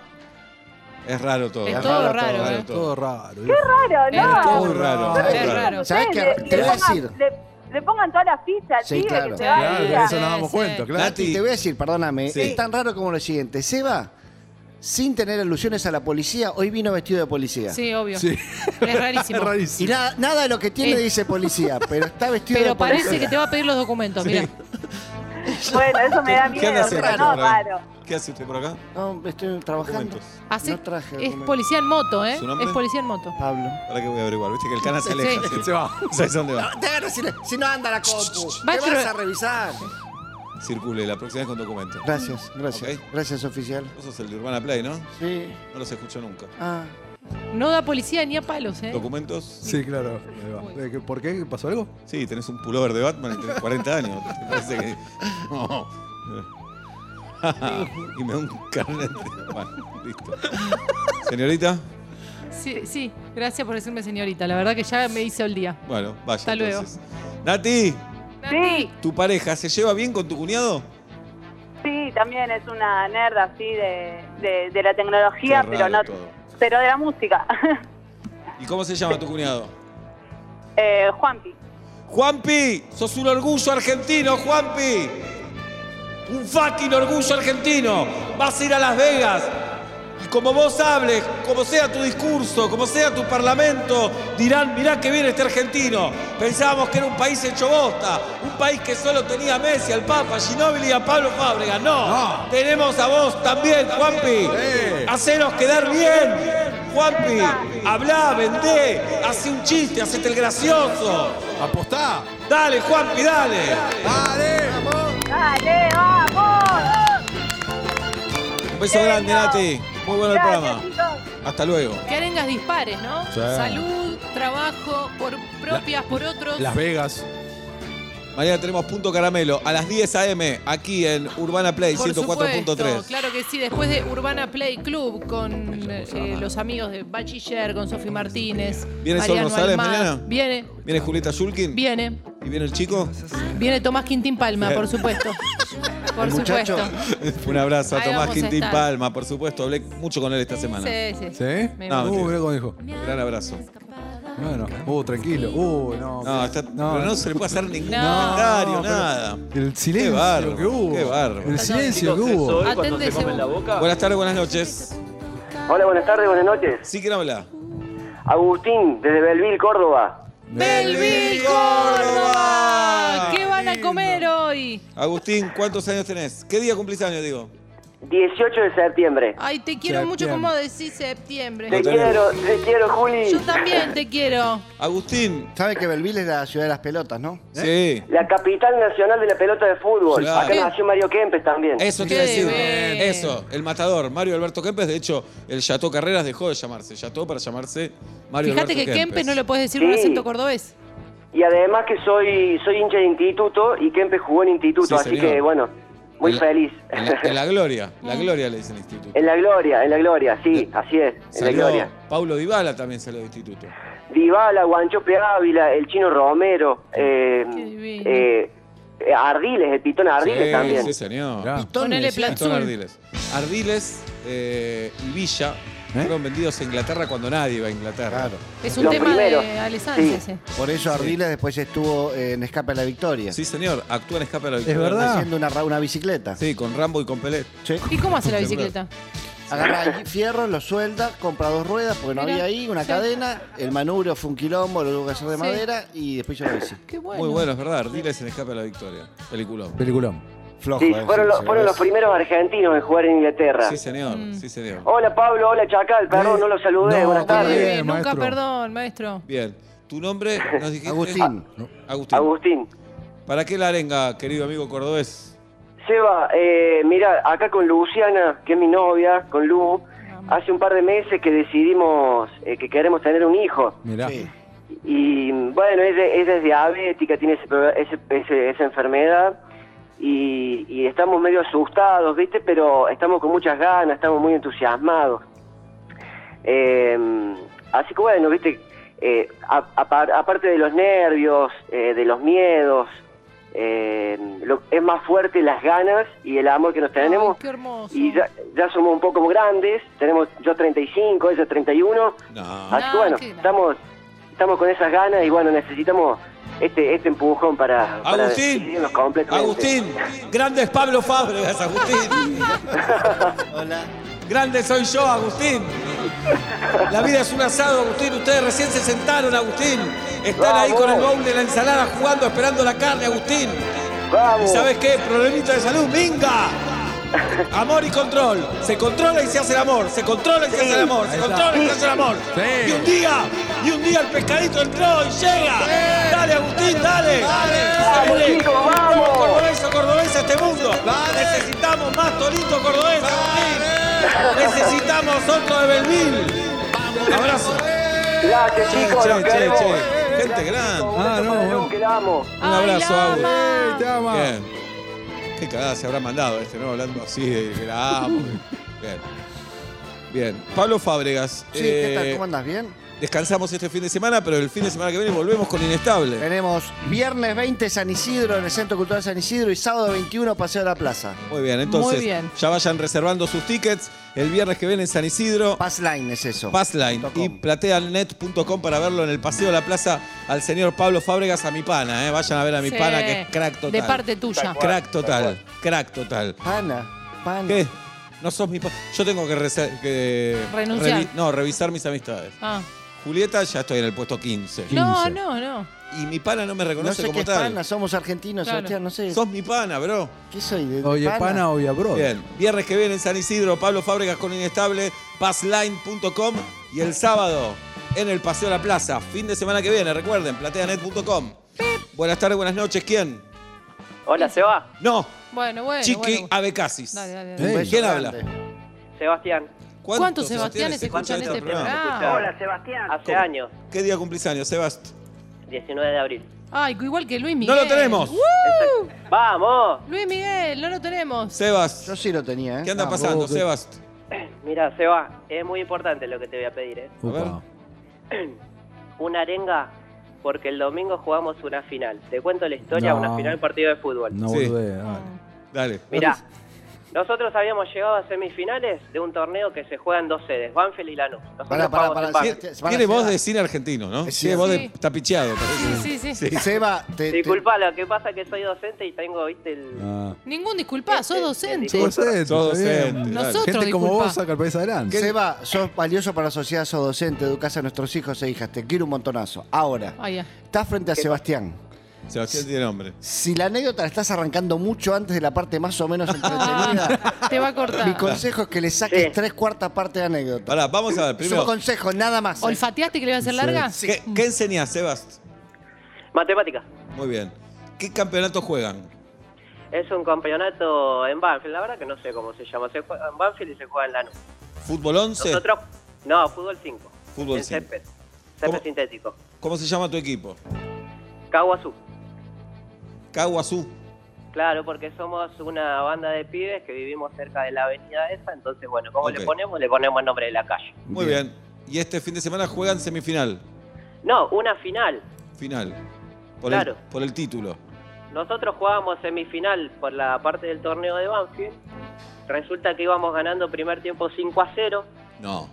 D: Es raro todo.
E: Es todo ¿eh? raro, ¿eh?
G: Todo raro.
A: Claro,
E: Es
A: no.
D: Todo raro.
G: Es
D: todo
E: raro.
D: raro.
F: ¿Sabés qué?
A: Ustedes
F: Te
A: le-
F: voy a
A: le pongan-
F: decir.
A: Le, le pongan toda la ficha al
F: Sí,
A: pibe
F: claro.
A: que se va a
G: Claro,
A: ir
G: de
A: a-
G: eso nos damos
E: Sí,
G: cuenta,
E: sí.
G: claro.
D: Nati.
F: Y te voy a decir, perdóname,
D: Sí.
F: es tan raro como lo siguiente. Seba, sin tener alusiones a la policía, hoy vino vestido de policía.
E: Sí, obvio.
G: Sí.
E: Es rarísimo.
G: Es
F: Y
G: rarísimo.
F: nada, nada de lo que tiene
E: Eh.
F: dice policía, pero está vestido de
E: Pero
F: policía.
E: parece que te va a pedir los documentos, mirá.
A: Bueno, eso me da
D: ¿Qué anda
A: miedo,
D: haciendo
A: pero
D: usted
A: no,
D: por acá?
A: raro.
D: ¿Qué hace usted por acá?
F: No, estoy trabajando.
D: Documentos.
E: Hace-
F: No traje
E: es
F: documentos.
E: policía en moto, ¿eh?
D: ¿Su nombre?
E: Es policía en moto.
F: Pablo.
D: Ahora que voy a averiguar. Viste que el canal se
E: Sí.
D: aleja. siempre.
G: Se va.
D: No sabes dónde va.
F: Te agarro si, no- si no anda la compu.
E: Va
F: Te
E: a
F: vas
E: cro-
F: a revisar.
D: Circule, la próxima vez con documentos.
F: Gracias, gracias.
D: Ok.
F: Gracias, oficial.
D: Vos sos el de Urbana Play, ¿no?
F: Sí.
D: No los escucho nunca.
F: Ah.
E: No da policía ni a palos, ¿eh?
D: ¿Documentos?
G: Sí, claro. Ahí va. Eh, ¿Por qué? ¿Pasó algo?
D: Sí, tenés un pullover de Batman y tenés 40 años. ¿Te parece que.? No. y me da un carnet. Bueno, listo. Señorita,
E: Sí, sí, gracias por decirme señorita. La verdad que ya me hice el día.
D: bueno, vaya.
E: Hasta luego.
D: entonces. Nati,
A: Sí,
D: ¿tu pareja se lleva bien con tu cuñado?
A: sí, también es una nerd así de, de, de la tecnología,
D: Qué raro
A: ah, pero no,
D: todo.
A: pero de la música.
D: ¿Y cómo se llama tu cuñado?
A: eh, Juanpi.
D: Juanpi, sos un orgullo argentino, Juanpi. Un fucking orgullo argentino. Vas a ir a Las Vegas. Y como vos hables, como sea tu discurso, como sea tu parlamento, dirán, mirá que viene este argentino. Pensábamos que era un país hecho bosta, un país que solo tenía a Messi, al Papa, a Ginóbili y a Pablo Fábregas. No,
G: No.
D: tenemos a vos también, Juanpi.
G: Eh.
D: Haceros quedar bien. Juanpi, hablá, vendé, hace un chiste, hacete el gracioso.
G: ¡Apostá!
D: Dale, Juanpi, dale.
G: ¡Dale!
A: ¡Dale, vamos!
D: Un beso grande, Nati. Muy bueno el
A: Gracias,
D: programa.
A: chicos.
D: Hasta luego.
E: Que arengas dispares, ¿no?
D: Sí.
E: Salud, trabajo, por propias, por otros.
G: Las Vegas.
D: Mañana tenemos Punto Caramelo a las 10 a.m. aquí en Urbana Play
E: Por
D: 104.3.
E: supuesto, Claro que sí, después de Urbana Play Club con eh, los amigos de Bachiller, con Sofi Martínez.
D: ¿Viene Sol
E: Mariano
D: González
E: Almaz.
D: mañana?
E: Viene,
D: Viene Julieta Shulkin.
E: viene.
D: ¿Y viene el chico?
E: Viene Tomás Quintín Palma, por supuesto. Por
F: El muchacho.
E: supuesto.
D: Un abrazo a
E: Ahí
D: Tomás
E: vamos a
D: Quintín
E: estar.
D: Palma, por supuesto. Hablé mucho con él esta semana.
E: Sí, sí.
G: ¿Sí?
E: Me
D: No,
G: uh,
D: mentira.
G: mirá cómo dijo.
D: Gran abrazo.
G: Bueno, uh, tranquilo. Uh, no.
D: No, está- pero no se le puede hacer ningún
E: No.
D: comentario,
G: No, pero-
D: nada.
G: El silencio
D: Qué bárbaro,
G: que hubo.
D: qué bárbaro.
G: El silencio que
I: Chicos, eso
E: ¿eh?
G: hubo.
I: hoy cuando
E: Atendés,
I: se comen la boca.
D: Buenas tardes, buenas noches.
J: Hola, buenas tardes, buenas noches.
D: Sí, ¿quién habla?
J: Agustín, desde Belville, Córdoba.
E: ¡Belville Córdoba! ¿Qué van a comer hoy?
D: Agustín, ¿cuántos años tenés? ¿Qué día cumplís años, digo?
J: 18 de septiembre.
E: Ay, te quiero mucho,
G: Septiembre.
E: como decís, septiembre.
J: Te
D: No tenemos.
J: quiero, te quiero, Juli.
E: Yo también te quiero.
D: Agustín.
F: Sabe que Belville es la ciudad de las pelotas, ¿no? ¿Eh?
D: Sí.
J: La capital nacional de la pelota de fútbol.
D: Claro.
J: Acá nació Mario Kempes también.
D: Eso te
E: Qué
D: iba a decir.
E: bien.
D: Eso, el matador, Mario Alberto Kempes. De hecho, el Chateau Carreras dejó de llamarse Chateau para llamarse Mario
E: Fíjate que
D: Alberto
E: Kempes no le puedes decir
J: Sí.
E: un acento cordobés.
J: Y además que soy, soy hincha de instituto y Kempes jugó en instituto,
D: Sí,
J: así
D: señor.
J: que bueno, muy
D: En la-
J: feliz.
D: En la, en la gloria, la
E: Mm.
D: gloria le dicen instituto. Eh,
J: En la gloria, en la gloria, sí, así es, en la
D: Salió-
J: gloria.
D: Paulo Dybala también salió de instituto.
J: Dybala, Guanchope Ávila, el Chino Romero, eh,
E: Qué divino.
J: eh, eh, Ardiles, el pitón Ardiles
D: sí,
J: también.
D: sí, señor.
G: Mirá.
E: Ponele
D: Gastón
E: platzul.
D: Ardiles. Ardiles eh, y Villa
G: ¿Eh?
D: fueron vendidos a Inglaterra cuando nadie iba a Inglaterra.
F: Claro.
E: Es un
J: Los
E: tema
J: primeros.
E: de Alessandra
J: Sí.
E: ese.
F: Por eso Ardiles después estuvo eh, en Escape a la Victoria.
D: Sí, señor. Actúa en Escape a la
G: Es
D: Victoria.
G: verdad.
F: Haciendo una, ra- una bicicleta.
D: Sí, con Rambo y con Pelé.
F: Sí.
E: ¿Y cómo hace la bicicleta?
F: Agarra fierro, lo suelda, compra dos ruedas, porque no
E: Mirá,
F: había ahí, una
E: sí.
F: cadena, el manubrio fue un quilombo, lo tuvo que hacer de
E: Sí.
F: madera y después yo lo hice.
E: Qué bueno.
D: Muy bueno, es verdad. Ardiles en Escape a la Victoria. Peliculón.
G: Peliculón.
F: Flojo.
J: Sí,
F: eh,
J: fueron,
F: sí,
J: los,
F: sí,
J: fueron los
F: sí.
J: primeros argentinos en jugar en Inglaterra.
D: Sí, señor.
E: Mm.
D: Sí, señor.
J: Hola Pablo, hola Chacal, perdón,
G: Eh,
J: no los saludé,
G: no,
J: buenas
G: está
J: tardes.
G: bien,
E: Eh, nunca,
G: maestro.
E: perdón, maestro.
D: Bien. Tu nombre nos dijiste. Ah,
F: Agustín.
D: Agustín.
J: Agustín.
D: ¿Para qué la arenga, querido amigo cordobés?
J: Seba, eh, mira, acá con Luciana, que es mi novia, con Lu, hace un par de meses que decidimos eh, que queremos tener un hijo.
G: Mirá.
F: Sí.
J: Y bueno, ella, ella es diabética, tiene ese pro- ese- ese- esa enfermedad y, y estamos medio asustados, ¿viste? Pero estamos con muchas ganas, estamos muy entusiasmados. Eh, así que bueno, ¿viste? Eh, a- apar- aparte de los nervios, eh, de los miedos, eh, lo- es más fuerte las ganas y el amor que nos tenemos.
E: Ay, qué hermoso.
J: Y ya, ya somos un poco grandes, tenemos yo 35, ella 31.
D: No.
J: Así que
E: No,
J: bueno,
E: qué grande.
J: estamos, estamos con esas ganas y bueno, necesitamos este, este empujón para, para
D: Agustín.
J: decidirnos completamente.
D: Agustín. Grande es Pablo Fábregas, Agustín.
F: Hola.
D: Grande soy yo, Agustín. La vida es un asado, Agustín. Ustedes recién se sentaron, Agustín. Están ahí con el baúl de la ensalada jugando, esperando la carne, Agustín. ¿Y
J: Vamos.
D: sabes qué? Problemita de salud, minga. Amor y control. Se controla y se hace el amor. Se controla y se hace el amor. Se controla y se hace el amor.
G: Sí.
D: Y un día, y un día el pescadito entró y llega. Dale, Agustín, dale. Dale,
J: chicos, vamos.
D: Cordobés o cordobés a este mundo. Necesitamos más torito cordobés, Agustín. Necesitamos otro de Belville. Abrazo.
J: Gracias chicos, los queremos.
D: Gente grande.
G: Ah, no, bueno.
J: Que la amo.
D: Un abrazo, Agus.
G: Eh, te ama.
D: Bien. Qué cagada se habrá mandado este, ¿no? Hablando así de que la amo. Bien. Bien. Pablo Fábregas.
F: Sí, ¿qué tal?
D: eh,
F: ¿Cómo andas? ¿Bien?
D: Descansamos este fin de semana, pero el fin de semana que viene volvemos con Inestable.
F: Tenemos viernes 20 San Isidro en el Centro Cultural San Isidro y sábado 21 Paseo de la Plaza.
D: Muy bien, entonces
E: Muy bien.
D: ya vayan reservando sus tickets. El viernes que viene en San Isidro,
F: Pass Line es eso.
D: Passline
F: Punto com.
D: y platealnet.com para verlo en el Paseo de la Plaza al señor Pablo Fábregas, a mi pana. ¿eh? Vayan a ver a mi
E: Sí.
D: pana, que es crack total.
E: De parte tuya.
D: Crack total, crack total.
F: Pana, pana.
D: ¿Qué? No sos mi pa- Yo tengo que, rese- que
E: Renunciar.
D: no, revisar mis amistades.
E: Ah.
D: Julieta ya estoy en el puesto 15.
E: No, no, no.
D: Y mi pana no me
F: No
D: reconoce
F: sé qué
D: como
F: es
D: tal.
F: pana, somos argentinos,
E: Claro.
F: Sebastián, no sé.
D: Sos mi pana, bro.
F: ¿Qué soy? ¿De- de
G: Oye, pana, obvia, bro.
D: Bien. Viernes que viene en San Isidro, Pablo Fábregas con Inestable, passline.com y el sábado en el Paseo de la Plaza. Fin de semana que viene, recuerden, plateanet.com. Buenas tardes, buenas noches. ¿Quién?
H: Hola, Seba.
D: No,
E: Bueno, bueno.
D: Chiqui
E: bueno.
D: Abecasis.
E: Dale, dale,
F: Un
E: dale.
F: beso
D: ¿Quién
F: grande.
D: habla?
H: Sebastián.
E: ¿Cuántos Sebastianes escuchan
D: este
E: este
D: programa?
E: programa?
I: Hola, Sebastián.
H: Hace
D: ¿Cómo?
H: años,
D: ¿Qué día cumplís años, Sebast?
H: 19 de abril.
E: Ay, igual que Luis
D: ¡No
E: Miguel.
D: lo tenemos!
E: ¡Uh!
H: ¡Vamos!
E: Luis Miguel, no lo tenemos.
D: Sebast,
F: Yo sí lo tenía, ¿eh?
D: ¿qué anda
G: Ah,
D: pasando,
G: vos, qué-
D: Sebast?
H: Mira, Seba, es muy importante lo que te voy a pedir, ¿eh?
G: Upa.
H: Una arenga, porque el domingo jugamos una final. Te cuento la historia,
G: No.
H: una final de partido de fútbol.
G: No, eh, ah.
D: Sí.
G: boludea, dale.
D: Dale.
H: Mirá, nosotros habíamos llegado a semifinales de un torneo que se juega en dos sedes, Banfield y Lanús. Nosotros
F: Pará, pará,
H: jugamos
F: pará,
H: en Banfield.
D: Tiene-
F: Sebast.
D: Tiene voz de cine argentino, ¿no?
F: Es
D: Tiene voz de
E: Sí.
D: tapicheado.
E: Sí,
D: parece.
E: sí, sí.
F: Seba, te, te-
H: Disculpa, lo que pasa es que soy docente y tengo, viste, el...
G: Ah.
E: Ningún disculpá, sos
H: Este,
E: docente.
H: Sí.
G: Sos docente,
D: Sos
G: está bien.
D: docente, dale.
E: Nosotros-
G: Gente como
E: disculpa.
G: vos saca el país adelante.
F: Seba, sos valioso para la sociedad, sos docente, educás a nuestros hijos e hijas, te quiero un montonazo. Ahora,
E: Ay, ya.
F: estás frente a Sebastián.
D: Sebastián tiene nombre.
F: Si la anécdota la estás arrancando mucho antes de la parte más o menos entretenida,
E: Ah, te va a cortar.
F: mi consejo es que le saques
H: Sí.
F: tres cuartas partes de anécdota.
D: Pará, vamos a ver.
F: Es
D: Primero,
F: un consejo, nada más. ¿eh?
E: ¿Olfateaste que le iba a hacer larga?
D: ¿qué, qué enseñás, Sebast?
H: Matemática.
D: Muy bien. ¿Qué campeonato juegan?
H: Es un campeonato en Banfield, la verdad que no sé cómo se llama. Se juega en Banfield y se juega en Lanús.
D: ¿Fútbol 11?
H: Nosotros, no, fútbol 5.
D: Fútbol
H: en
D: cinco.
H: césped. Césped
D: ¿Cómo?
H: sintético.
D: ¿Cómo se llama tu equipo?
H: Caguazú.
D: Caguazú.
H: Claro, porque somos una banda de pibes que vivimos cerca de la avenida esa, entonces bueno, ¿cómo
D: Ok.
H: le ponemos? Le ponemos el nombre de la calle.
D: Muy
G: Bien.
D: bien. Y este fin de semana juegan semifinal.
H: No, una final.
D: Final. Por
H: Claro.
D: El, por el título.
H: Nosotros jugábamos semifinal por la parte del torneo de Banfield. Resulta que íbamos ganando primer tiempo 5 a 0.
D: No.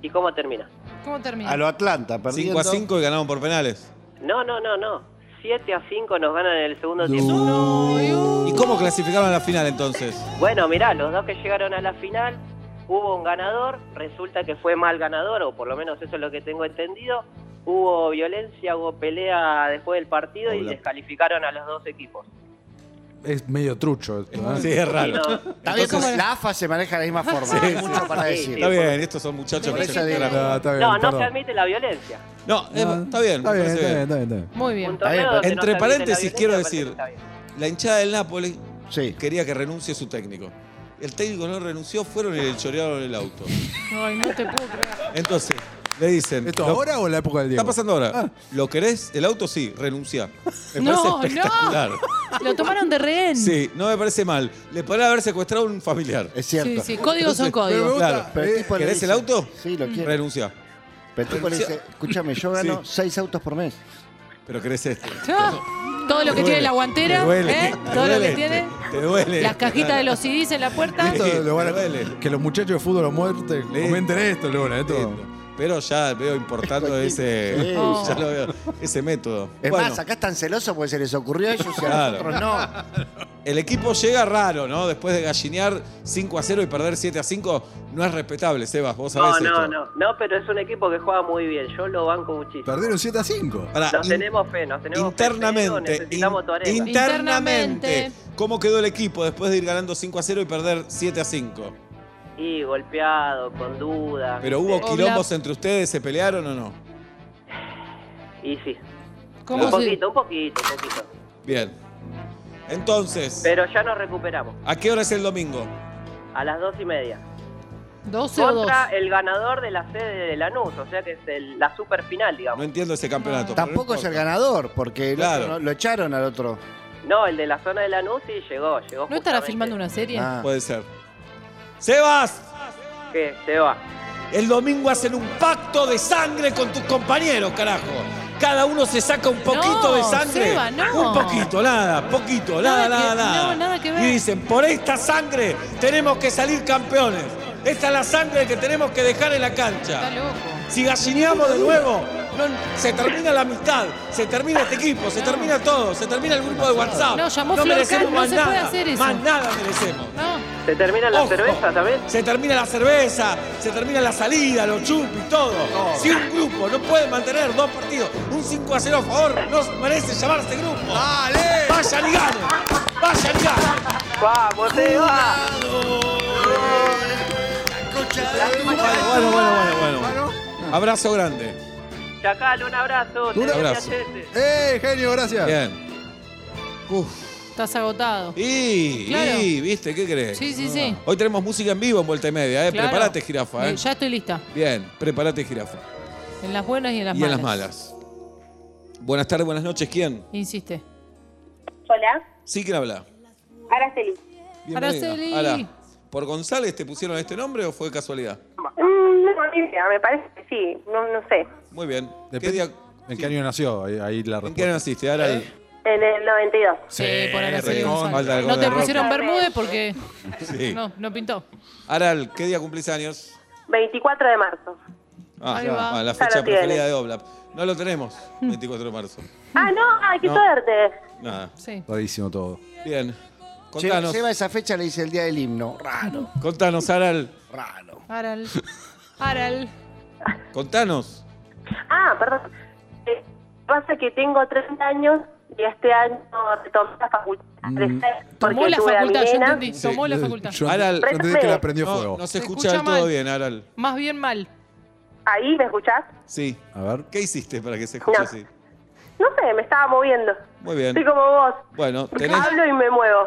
H: ¿Y cómo termina?
E: ¿Cómo
F: A
E: termina?
F: lo Atlanta,
D: 5
F: perdiendo.
D: a 5 y ganaron por penales.
H: No, no, no, no. 7 a 5 nos ganan en el segundo
G: Du-
H: tiempo.
D: ¿Y cómo clasificaron a la final entonces?
H: Bueno, mirá, los dos que llegaron a la final, hubo un ganador, resulta que fue mal ganador, o por lo menos eso es lo que tengo entendido. Hubo violencia, hubo pelea después del partido y
D: Hola.
H: descalificaron a los dos equipos.
G: Es medio trucho esto, ¿eh?
D: Sí, es
H: Y
D: raro.
H: no-
F: Está bien, como la AFA se maneja de la misma forma. hay mucho para
H: sí,
F: decir.
D: Está bien, estos son muchachos que
F: Por eso
D: se
F: digo.
G: Ah,
D: no,
G: está bien,
H: no, no
G: perdón.
H: se admite la violelencia.
D: no, es-
G: Ah,
D: está bien,
G: Está
D: me
G: bien,
D: parece
G: está bien,
D: bien.
G: está bien, está bien.
E: Muy
H: Un
E: bien.
H: torneo
F: bien, pero-
H: donde no
D: Entre
H: se admite la
D: paréntesis
H: violencia,
D: quiero
H: me parece
D: decir,
H: que está bien.
D: la hinchada del Napoli
F: Sí.
D: quería que renuncie su técnico. El técnico no renunció, fueron y le chorearon el auto.
E: Ay, no te puedo creer.
D: Entonces, le dicen...
G: ¿Esto
D: lo-
G: ahora o en la época del Diego?
D: Está pasando ahora.
G: Ah.
D: ¿Lo querés? El auto sí, renuncia. Me
E: No, no.
D: parece espectacular.
E: Lo tomaron de rehén.
D: Sí, no me parece mal. Le podría haber secuestrado a un familiar.
F: Es
E: sí,
F: cierto.
E: sí. Códigos son
D: Entonces,
E: códigos.
D: Claro.
F: Pero el tipo le
D: ¿Querés
F: dice-
D: el auto?
F: Sí, lo quiero.
D: Renuncia.
F: Pero el tipo le dice, escúchame, yo gano seis autos por mes.
D: Pero querés este.
E: Ah, Todo lo que tiene la guantera,
D: Te duele,
E: ¿eh?
D: te
E: Todo lo
D: duele,
E: que tiene.
D: Te, te duele.
E: Las cajitas de los CDs en la puerta.
D: Sí,
G: Esto lo van a-
D: me duele.
G: que los muchachos de fútbol a muerte comenten esto, Luna. Esto.
D: Lindo. Pero ya veo importando ese,
F: Sí. Oh.
D: ya lo veo, ese método.
F: Es
D: Bueno,
F: más, acá están celosos porque se les ocurrió a ellos y a
D: Claro.
F: nosotros no.
D: el equipo llega raro, ¿no? Después de gallinear 5 a 0 y perder 7 a 5, no es respetable, Sebas, vos
H: No,
D: sabés
H: no,
D: esto.
H: no, no, pero es un equipo que juega muy bien, yo lo banco muchísimo.
G: Perdieron 7 a 5.
D: Pará,
H: Nos
D: in-
H: tenemos fe, nos tenemos fe, pero
D: internamente,
H: necesitamos
D: in-
H: tu arenga.
E: inter-
D: internamente,
E: Internamente.
D: ¿cómo quedó el equipo después de ir ganando 5 a 0 y perder 7 a 5?
H: Y golpeado, con dudas.
D: ¿Pero hubo
E: Hola.
D: quilombos entre ustedes? ¿Se pelearon o no?
H: Y sí,
E: ¿Cómo
H: un
E: se-
H: poquito, un poquito, un poquito.
D: Bien. Entonces,
H: Pero ya nos recuperamos.
D: ¿a qué hora es el domingo?
H: A las dos y media.
E: 12 o 2.
H: Contra el ganador de la sede de Lanús, o sea que es el- la super final,
D: No
H: digamos.
D: entiendo ese campeonato. pero no
F: Tampoco es el
D: importa.
F: ganador, porque el otro
D: Claro.
F: no- lo echaron al otro.
H: No, el de la zona de Lanús sí llegó, llegó.
E: ¿No estará
H: justamente.
E: filmando una serie?
F: Ah.
D: Puede ser. Sebas,
H: ¿Qué? Se va.
D: el domingo hacen un pacto de sangre con tus compañeros, carajo. Cada uno se saca un poquito
E: No,
D: de sangre.
E: Seba, no.
D: Un poquito, nada, poquito, nada,
E: Nada
D: nada,
E: que-
D: nada.
E: no, nada que ver.
D: Y dicen, por esta sangre tenemos que salir campeones. Esta es la sangre que tenemos que dejar en la
E: Está
D: cancha.
E: loco.
D: Si gallineamos de nuevo, no- se termina la amistad, se termina este equipo, se termina todo, se termina el grupo de WhatsApp.
E: No, llamó Flor
D: merecemos
E: Kahn, no
D: más
E: se
D: nada.
E: puede hacer eso.
D: Más nada merecemos.
E: No,
H: ¿Se termina la
D: Ojo.
H: cerveza también?
D: Se termina la cerveza, se termina la salida, los chupis, todo. Si un grupo no puede mantener dos partidos, un 5 a 0 a favor, no merece llamarse grupo. ¡Dale! ¡Vayan y ganen! ¡Vayan y ganen!
H: ¡Vamos, se va!
D: Bueno, bueno, bueno, bueno, bueno. Abrazo grande.
H: Chacal, un abrazo. te
D: Un
H: doy mi
D: abrazo.
H: acete.
G: ¡Eh, genio, gracias!
D: Bien. Uf.
E: Estás agotado.
D: Y,
E: Claro.
D: y, ¿viste? ¿Qué crees?
E: Sí, sí, sí.
D: Hoy tenemos música en vivo en Vuelta y Media, ¿eh?
E: Claro.
D: Prepárate, jirafa, ¿eh?
E: Eh, Ya estoy lista.
D: Bien, prepárate, jirafa.
E: En las buenas y en las
D: y
E: malas.
D: en las malas. Buenas tardes, buenas noches. ¿Quién?
E: Insiste.
K: Hola,
D: Sí, ¿quién habla?
K: Araceli.
E: Araceli.
D: Ara, ¿Por González te pusieron este nombre o fue casualidad?
K: Mm, No, ni idea, me parece que sí, no, no sé.
D: Muy bien. ¿Qué
G: Depende
D: día,
G: ¿En qué año nació? Ahí, ahí la
D: ¿En qué
G: respuesta.
D: año naciste? Ara, el-
K: En el 92.
E: Sí, por Araceli
G: recontra.
D: Falta
E: González.
D: algo
E: No
D: de
E: te
D: rock.
E: pusieron Bermúdez porque
D: sí.
E: no, no pintó.
D: Aral, ¿qué día cumplís años?
K: 24 de marzo.
D: Ah,
E: Ahí va.
D: ah, la
K: Ya lo
D: fecha
K: tiene.
D: preferida de Oblap. No lo tenemos, 24 de marzo.
K: Ah, no, ay, qué
D: No.
K: suerte.
D: Nada.
E: Sí.
G: Rarísimo todo.
D: Bien.
F: Se-
D: Contanos,
F: Seba esa fecha le dice el día del himno.
D: Ah,
F: Raro,
D: contanos, Aral.
F: raro.
E: Aral. Aral.
D: Contanos.
K: Ah, perdón. Eh, pasa que tengo 30 años y este año retomé la facultad.
D: Mm,
E: Tomó la facultad, yo entendí.
D: Sí.
E: Tomó la facultad.
G: Yo,
D: Aral,
G: yo entendí que la prendió
D: No,
G: fuego.
D: no se
E: Se
D: escucha
E: escucha
D: del todo
E: mal.
D: bien, Aral.
E: Más bien mal.
K: Ahí, ¿me escuchás?
D: Sí.
G: A ver.
D: ¿Qué hiciste para que se escuche
K: No.
D: así?
K: No sé, me estaba moviendo.
D: Muy bien.
K: Estoy como vos.
D: Bueno, tenés,
K: Hablo y me muevo.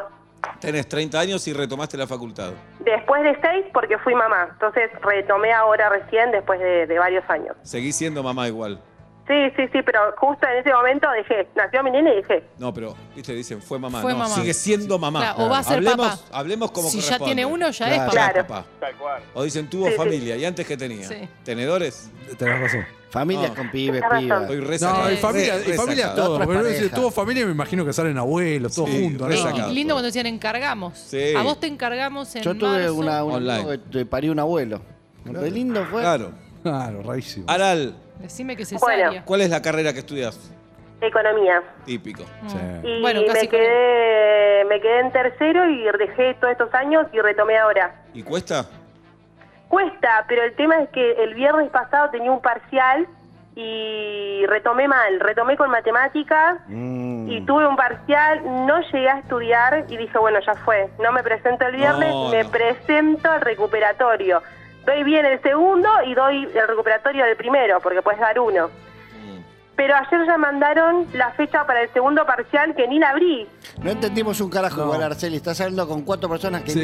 D: tenés 30 años y retomaste la facultad.
K: Después de seis, porque fui mamá. Entonces retomé ahora recién, después de, de varios años.
D: Seguís siendo mamá igual.
K: Sí, sí, sí, pero justo en ese momento dejé. Nació mi nena y dejé.
D: No, pero, viste, dicen, fue mamá.
E: Fue
D: no,
E: mamá.
D: sigue siendo mamá.
E: Claro, o va a ser
D: hablemos,
E: papá.
D: Hablemos como
E: si ya
D: corresponde.
E: tiene uno, ya
F: Claro.
E: es papá.
K: Claro.
D: papá.
B: Tal cual.
D: O dicen, tuvo
K: Sí, sí.
D: familia. ¿Y antes qué tenía?
E: Sí.
D: ¿Tenedores?
G: Tenés razón.
F: Familias
D: No.
F: con pibes,
K: Tenés
F: pibas.
D: Estoy re
G: No,
D: sacado.
G: y familia,
D: Re-
G: y
D: re
G: familia
D: sacado.
G: todo.
F: Otras
G: Pero si
F: parejas.
G: tuvo familia, me imagino que salen abuelos, todos
D: Sí,
G: juntos.
D: re
G: ¿no?
D: sacado.
E: Y Lindo cuando decían encargamos.
D: Ah, Sí.
E: A vos te encargamos en
F: Yo tuve
E: marzo.
F: una, un
D: Online.
F: amigo que te parí un abuelo. Lo lindo fue.
D: Claro.
G: Claro, rarísimo.
D: Aral,
E: Decime que cesárea.
D: ¿cuál es la carrera que estudias?
K: Economía.
D: Típico.
G: Mm. Sí.
K: Y
E: Bueno, casi
K: me, quedé, me quedé en tercero y dejé todos estos años y retomé ahora.
D: ¿Y cuesta?
K: Cuesta, pero el tema es que el viernes pasado tenía un parcial y retomé mal, retomé con matemáticas
F: Mm.
K: y tuve un parcial, no llegué a estudiar y dije, bueno, ya fue, no me presento el viernes,
D: No,
K: me
D: no.
K: presento al recuperatorio. Doy bien el segundo y doy el recuperatorio del primero, porque puedes dar uno.
D: Mm.
K: Pero ayer ya mandaron la fecha para el segundo parcial que ni la abrí.
F: No entendimos un carajo
G: No.
F: igual, Arceli. Estás hablando con cuatro personas que
G: Sí.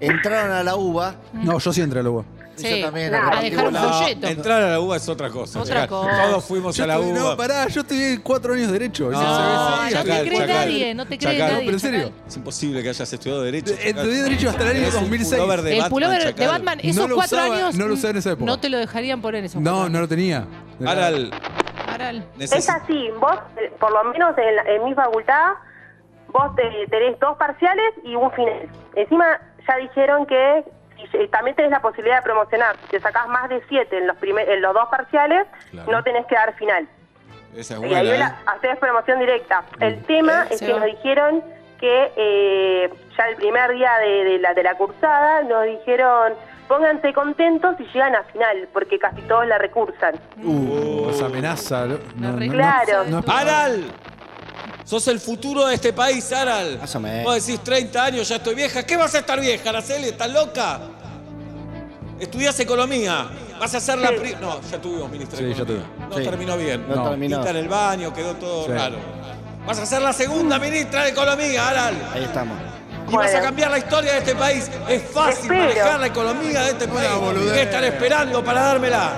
F: ni entraron a la uva.
G: No, yo sí entré a la UBA.
E: Sí.
F: Yo también.
K: Nah,
F: arranqué
E: A dejar un
F: volando.
E: folleto.
D: entrar a la UBA es otra cosa.
E: Otra
D: Llegar-
E: cosa.
D: Todos fuimos
G: Yo
D: a la
G: estudié-
D: UBA.
G: No, pará, yo estudié cuatro años de Derecho.
D: No,
G: Eso
E: No,
G: se
E: no
G: ve-
D: Chacal,
E: te cree
D: chacal.
E: nadie, no te cree
D: Chacal.
E: nadie.
G: Pero en serio.
E: chacal.
D: Es imposible que hayas estudiado Derecho.
G: Eh,
D: chacal.
G: estudié Derecho hasta el año
D: Tenés un
G: 2006.
D: pullover de
E: El
D: Batman,
E: pullover de
D: chacal.
E: Batman,
G: No
E: esos
G: lo
E: cuatro
G: usaba-
E: años.
G: no lo usaba en esa época.
E: No te lo dejarían poner esos
G: No,
E: cuatro
G: no lo tenía.
D: Aral,
E: años. Aral.
K: Es
D: necesito.
K: así, vos, eh, por lo menos en, la- en mi facultad, vos te- tenés dos parciales y un final. Encima ya dijeron que si- eh, también tenés la posibilidad de promocionar. Si te sacás más de siete en los, primer- en los dos parciales,
D: Claro.
K: no tenés que dar final.
D: Esa es
K: Y ahí
D: buena. ¿eh?
K: la- hacés promoción directa. El tema es
E: Se
K: que
E: va.
K: nos dijeron que eh, ya el primer día de, de la, de la cursada nos dijeron pónganse contentos si llegan a final, porque casi todos la recursan.
G: Uh, esa amenaza. No, no, no,
K: Claro.
G: no es-
D: ¿eh? Aral, sos el futuro de este país, Aral.
F: Más o menos.
D: Vos decís 30 años, ya estoy vieja. ¿Qué vas a estar vieja, Araceli? ¿Estás loca? Estudias economía. Vas a hacer la pri- No, ya tuvimos ministra de
G: Sí, ya
D: Economía. No
F: Sí.
D: terminó bien.
F: No terminó.
D: Está en el baño, quedó todo
G: Sí.
D: raro. Vas a ser la segunda ministra de Economía, Aral.
F: Ahí estamos.
D: Y vas a
K: Bueno.
D: cambiar la historia de este país. Es fácil
K: Espero.
D: manejar la economía de este país. ¿Qué están esperando para dármela?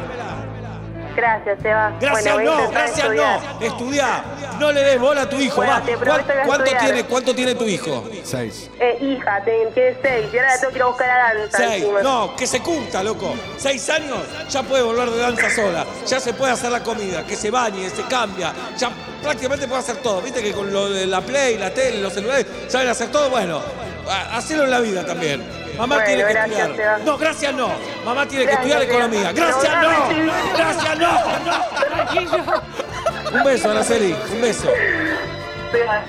K: Gracias, Seba.
D: Gracias,
K: Bueno, voy a
D: no,
K: intentar
D: gracias,
K: estudiar.
D: no. Estudiá. No le des bola a tu hijo.
K: Bueno,
D: va.
K: te prometo que voy a
D: ¿Cuánto,
K: estudiar.
D: tiene, ¿Cuánto tiene tu hijo?
G: Seis.
K: Eh, hija, te- tiene seis, y ahora la tengo que ir a buscar a danza.
D: Seis.
K: encima.
D: No, que se curta, loco. Seis años, ya puede volver de danza sola. Ya se puede hacer la comida, que se bañe, se cambia. Ya prácticamente puede hacer todo. Viste que con lo de la Play, la tele, los celulares, saben hacer todo. Bueno, ha- hacelo en la vida también. Mamá
K: Bueno,
D: tiene que
K: gracias,
D: estudiar.
K: Seba.
D: No, gracias no. Mamá tiene que estudiar
K: Gracias, Seba.
D: economía. Gracias
K: No,
D: no.
K: no,
D: Gracias no. Un beso, Araceli. Un beso.
K: Seba,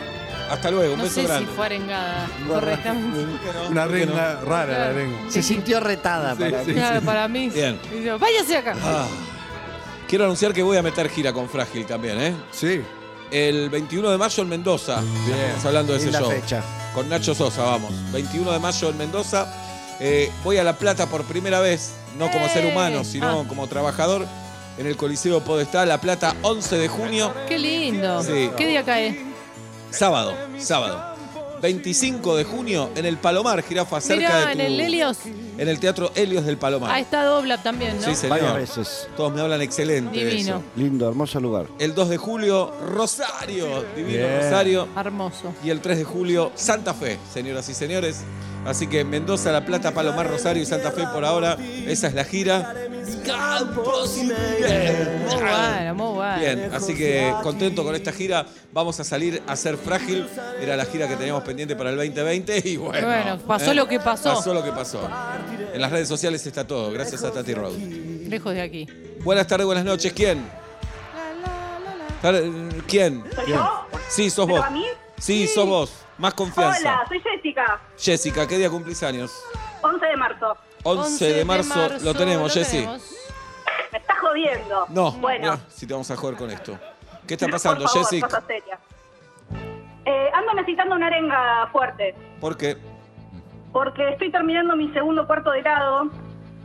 D: Hasta luego. Un
E: No
D: beso
E: sé si
D: grande.
E: fue arengada. Correctamente.
G: Una renga rara, la renga.
F: Se sintió retada. para mí.
E: Claro, para mí.
D: Bien.
E: Y yo, Váyase acá.
D: Ah. Quiero anunciar que voy a meter gira con Frágil también, ¿eh?
G: Sí.
D: El 21 de mayo en Mendoza. Estamos hablando de ese
F: Linda
D: show.
F: fecha.
D: Con Nacho Sosa, vamos. 21 de mayo en Mendoza. Eh, voy a La Plata por primera vez, no como
E: ¡Eh!
D: ser humano, sino
E: Ah.
D: como trabajador. En el Coliseo Podestá, La Plata, 11 de junio,
E: Qué lindo.
D: Sí.
E: ¿Qué día cae?
D: sábado. Sábado. 25 de junio en el Palomar, Jirafa, cerca
E: Mirá,
D: de
E: en
D: tu-
E: el Helios.
D: En el Teatro Helios del Palomar.
E: Ah, está Dobla también, ¿no?
D: Sí, señor.
F: Varias veces.
D: Todos me hablan excelente de
E: Divino.
D: eso.
F: Lindo, hermoso lugar.
D: El 2 de julio, Rosario. Divino
G: Bien.
D: Rosario.
E: Hermoso.
D: Y el 3 de julio, Santa Fe, señoras y señores. Así que Mendoza, La Plata, Palomar, Rosario y Santa Fe por ahora. Esa es la gira. Campos
E: Muy bueno, muy bueno.
D: Bien, así que contento con esta gira. Vamos a salir a ser frágil. Era la gira que teníamos pendiente para el 2020 y bueno.
E: Bueno, pasó lo que pasó.
D: Pasó lo que pasó. En las redes sociales está todo. Gracias a Tati Road.
E: Lejos de aquí.
D: Buenas tardes, buenas noches. ¿Quién? Tar- ¿Quién? Sí, sos
A: ¿Pero
D: vos.
A: a mí?
D: Sí, sos vos. Más confianza.
A: Hola, soy Jessica,
D: Jessica, ¿qué día cumplís años?
A: 11 de marzo.
D: 11, de, marzo, lo tenemos, Jessy.
E: tenemos.
A: Me estás jodiendo.
D: No,
A: Bueno,
D: mirá, si te vamos a joder con esto. ¿Qué está pasando,
A: por favor,
D: Jessica?
A: cosa seria. Eh, ando necesitando una arenga fuerte.
D: Porque
A: Porque estoy terminando mi segundo cuarto de grado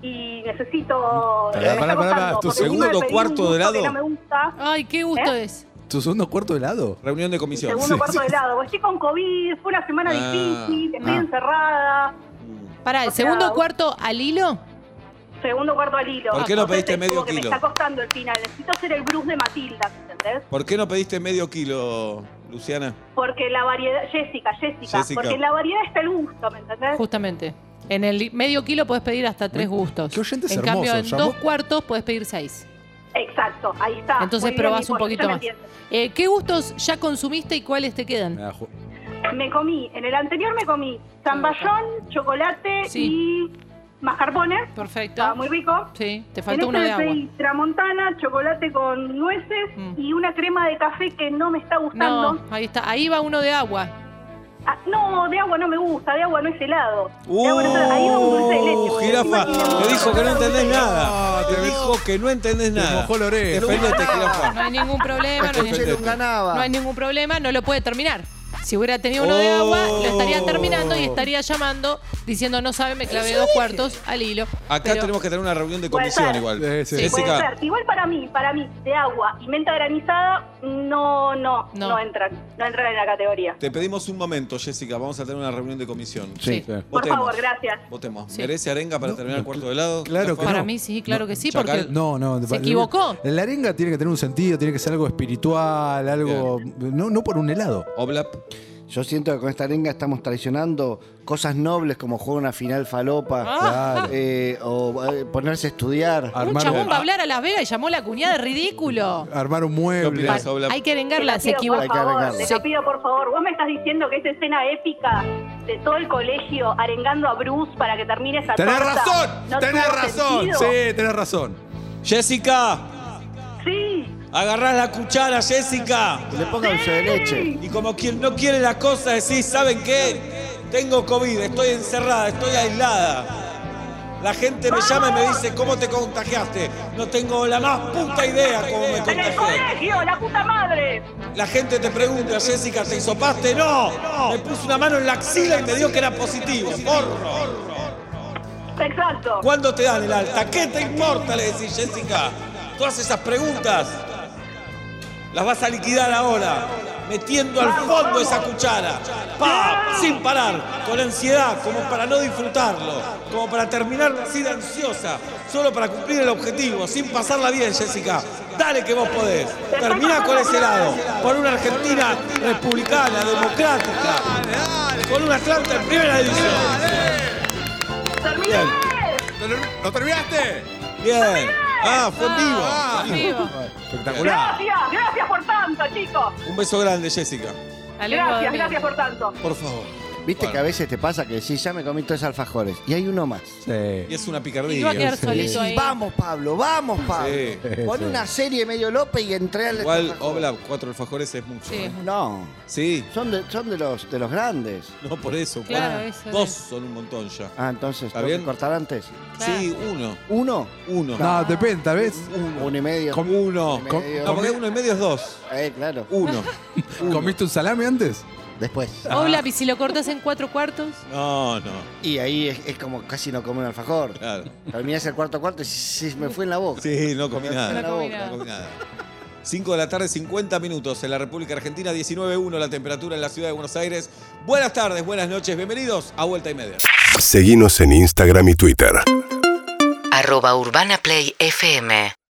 A: y necesito.
G: Pará,
A: me
G: pará, pará,
A: está costando,
G: ¿tu
A: porque encima
D: segundo
A: pedí un
D: cuarto de
A: gusto
D: grado?
A: que No me gusta. ¿eh?
E: Ay, qué gusto es.
G: ¿Tu segundo cuarto de helado?
D: reunión de comisión.
A: Segundo cuarto de grado. Estoy con COVID, fue una semana
D: Ah,
A: difícil, estoy
G: ah.
A: encerrada.
E: Pará, ¿el
A: O sea,
E: segundo
A: vos-
E: cuarto al hilo?
A: Segundo cuarto al hilo.
D: ¿Por qué no
A: Entonces,
D: pediste
A: es
D: medio
A: como que
D: kilo?
A: Me está costando el final. Necesito ser el Bruce de Matilda, ¿entendés?
D: ¿Por qué no pediste medio kilo, Luciana?
A: Porque la variedad. Jessica, Jessica.
D: Jessica.
A: Porque la variedad está el gusto, ¿me entendés?
E: Justamente. En el li- medio kilo podés pedir hasta tres gustos.
G: qué oyentes
E: En cambio, en
G: hermosos, llamó.
E: dos cuartos podés pedir seis.
A: Exacto, ahí está.
E: Entonces
A: Muy bien,
E: probás un
A: Nico, ya
E: poquito
A: me
E: más.
A: entiendes.
E: Eh, ¿Qué gustos ya consumiste y cuáles te
G: Me
E: quedan?
G: da ju-
A: Me comí, en el anterior me comí zamballón, chocolate
E: Ah. Sí.
A: y mascarpone.
E: Perfecto.
A: Estaba muy rico.
E: Sí, te
A: En
E: faltó uno de
A: este
E: agua.
A: pedí tramontana, chocolate con nueces
E: Mm.
A: y una crema de café que no me está gustando.
E: No, ahí está. Ahí va uno de agua.
A: Ah, no, de agua no me gusta, de agua no es helado. De agua no es helado. Ahí va un dulce de leche.
D: ¡Uh!
A: porque
D: Jirafa,
A: encima tiene
D: te
A: mucho
D: dijo que no
A: sabor a dulce de
D: entendés
A: leche.
D: nada.
G: No,
D: Te
G: te
D: dijo que no entendés nada.
G: mojó la oreja.
D: Defendete,
E: No
D: jirafa.
E: hay ningún problema. no, hay
F: Che,
E: ningún,
F: no ganaba.
E: no hay ningún problema. No lo puede terminar. Si hubiera tenido uno de agua,
G: Oh.
E: lo estaría terminando y estaría llamando diciendo, no sabe, me clavé dos cuartos al hilo.
D: Acá
E: Pero-
D: tenemos que tener una reunión de
A: Puede
D: comisión
A: ser.
D: igual.
G: Sí, sí.
A: Puede
D: Jessica,
A: ser. Igual para mí, para mí, de agua y menta granizada, no, no,
E: No.
A: no, entran. No entran en la categoría.
D: te pedimos un momento, Jessica. Vamos a tener una reunión de comisión.
E: Sí.
A: Por favor, gracias.
D: Votemos.
E: Sí.
D: ¿Merece arenga para terminar el cuarto de lado?
G: claro que
E: Para
G: no.
E: mí sí, claro que sí,
D: Chacal,
E: porque...
G: No, no.
E: ¿Se equivocó?
G: La arenga tiene que tener un sentido, tiene que ser algo espiritual, algo. No, no por un helado.
D: Oblap.
F: Yo siento que con esta arenga estamos traicionando cosas nobles como jugar una final falopa
E: Ah.
G: Claro.
F: eh, o eh, ponerse a estudiar.
G: Ah.
E: Un
G: Armar-
E: chabón va a
G: Ah.
E: hablar a Las Vegas y llamó a la cuñada, ridículo.
G: Armar un
D: ¿Qué
G: mueble.
D: opinás, Oblap?
E: Hay que arengarla, se
A: Te la
E: equivocó.
A: pido,
F: equivoca.
A: por favor,
F: Hay que
A: te
E: arreglarlo.
A: la pido, por favor. Vos me estás diciendo que esa escena épica de todo el colegio arengando a Bruce para que termine esa
G: ¡Tenés
A: tarta,
G: razón!
A: ¿no
G: ¡Tenés
A: tuvo
G: razón!
A: sentido?
G: Sí, tenés razón.
D: Jessica,
A: Sí,
D: agarrás la cuchara, Jessica.
F: Que le ponga dulce de leche.
D: Y como quien no quiere la cosa, decís, ¿saben qué? Tengo COVID, estoy encerrada, estoy aislada. La gente me llama y me dice, ¿cómo te contagiaste? No tengo la más puta idea cómo me
A: en
D: contagié.
A: el colegio, la puta madre.
D: La gente te pregunta, Jessica, ¿te hisopaste? No, me puso una mano en la axila y me dio que era positivo. Porro.
A: Exacto.
D: ¿Cuándo te dan el alta? ¿Qué te importa? Le decís, Jessica. Todas esas preguntas las vas a liquidar ahora, metiendo al fondo esa cuchara. ¡Pa! Sin parar, con ansiedad, como para no disfrutarlo, como para terminar así de ansiosa, solo para cumplir el objetivo, sin pasarla bien, Jessica. Dale que vos podés. Terminá con ese lado, por una Argentina republicana, democrática, con una Atlanta en primera división.
A: Terminé.
G: ¿Lo terminaste?
D: Bien. Ah, fue en vivo.
E: Vivo.
G: Espectacular.
A: Gracias, gracias por tanto, chicos.
D: Un beso grande, Jessica.
E: La lengua
A: Gracias,
E: dormida.
A: gracias por tanto.
D: Por favor.
F: Viste
D: Bueno.
F: que a veces te pasa que decís, ya me comí tres alfajores y hay uno más.
D: Y
G: Sí.
D: es una
E: Y va a quedar
D: picardía.
F: Y
E: solito
F: decís,
E: ahí.
F: vamos Pablo, vamos Pablo.
D: Sí.
F: Pon
G: Sí.
F: una serie medio López y entré al
D: Igual,
F: alfajor.
D: Obla, cuatro alfajores es mucho.
E: Sí.
D: ¿eh?
F: No,
D: Sí.
F: son de, son de los de los grandes.
D: No, por eso.
E: Claro,
D: cuatro.
E: eso
D: Dos
E: es.
D: son un montón ya.
F: Ah, entonces,
D: ¿Está
F: ¿tengo
D: bien?
F: que cortar antes?
E: Claro.
D: Sí, uno.
F: ¿Uno?
D: Uno.
G: No, depende, tal vez.
F: Uno y medio.
D: Con uno.
F: Uno y medio.
D: No, porque uno y medio es dos.
F: Eh, claro.
D: Uno.
G: ¿Comiste un salame antes?
F: Después.
G: Ah.
E: Hola, y si lo cortas en cuatro cuartos,
D: No, no.
F: Y ahí es, es como casi no comer alfajor.
D: Claro.
F: Terminás el cuarto cuarto y se, se me fue en la boca.
D: Sí, no comí
F: Me fue en
D: nada.
F: la
E: No comí
F: boca.
E: nada.
D: No comí nada. 5 de la tarde, 50 minutos en la República Argentina, 19.1 la temperatura en la ciudad de Buenos Aires. Buenas tardes, buenas noches, bienvenidos a Vuelta y Media.
G: Seguinos en Instagram y Twitter.
L: Arroba Urbana Play FM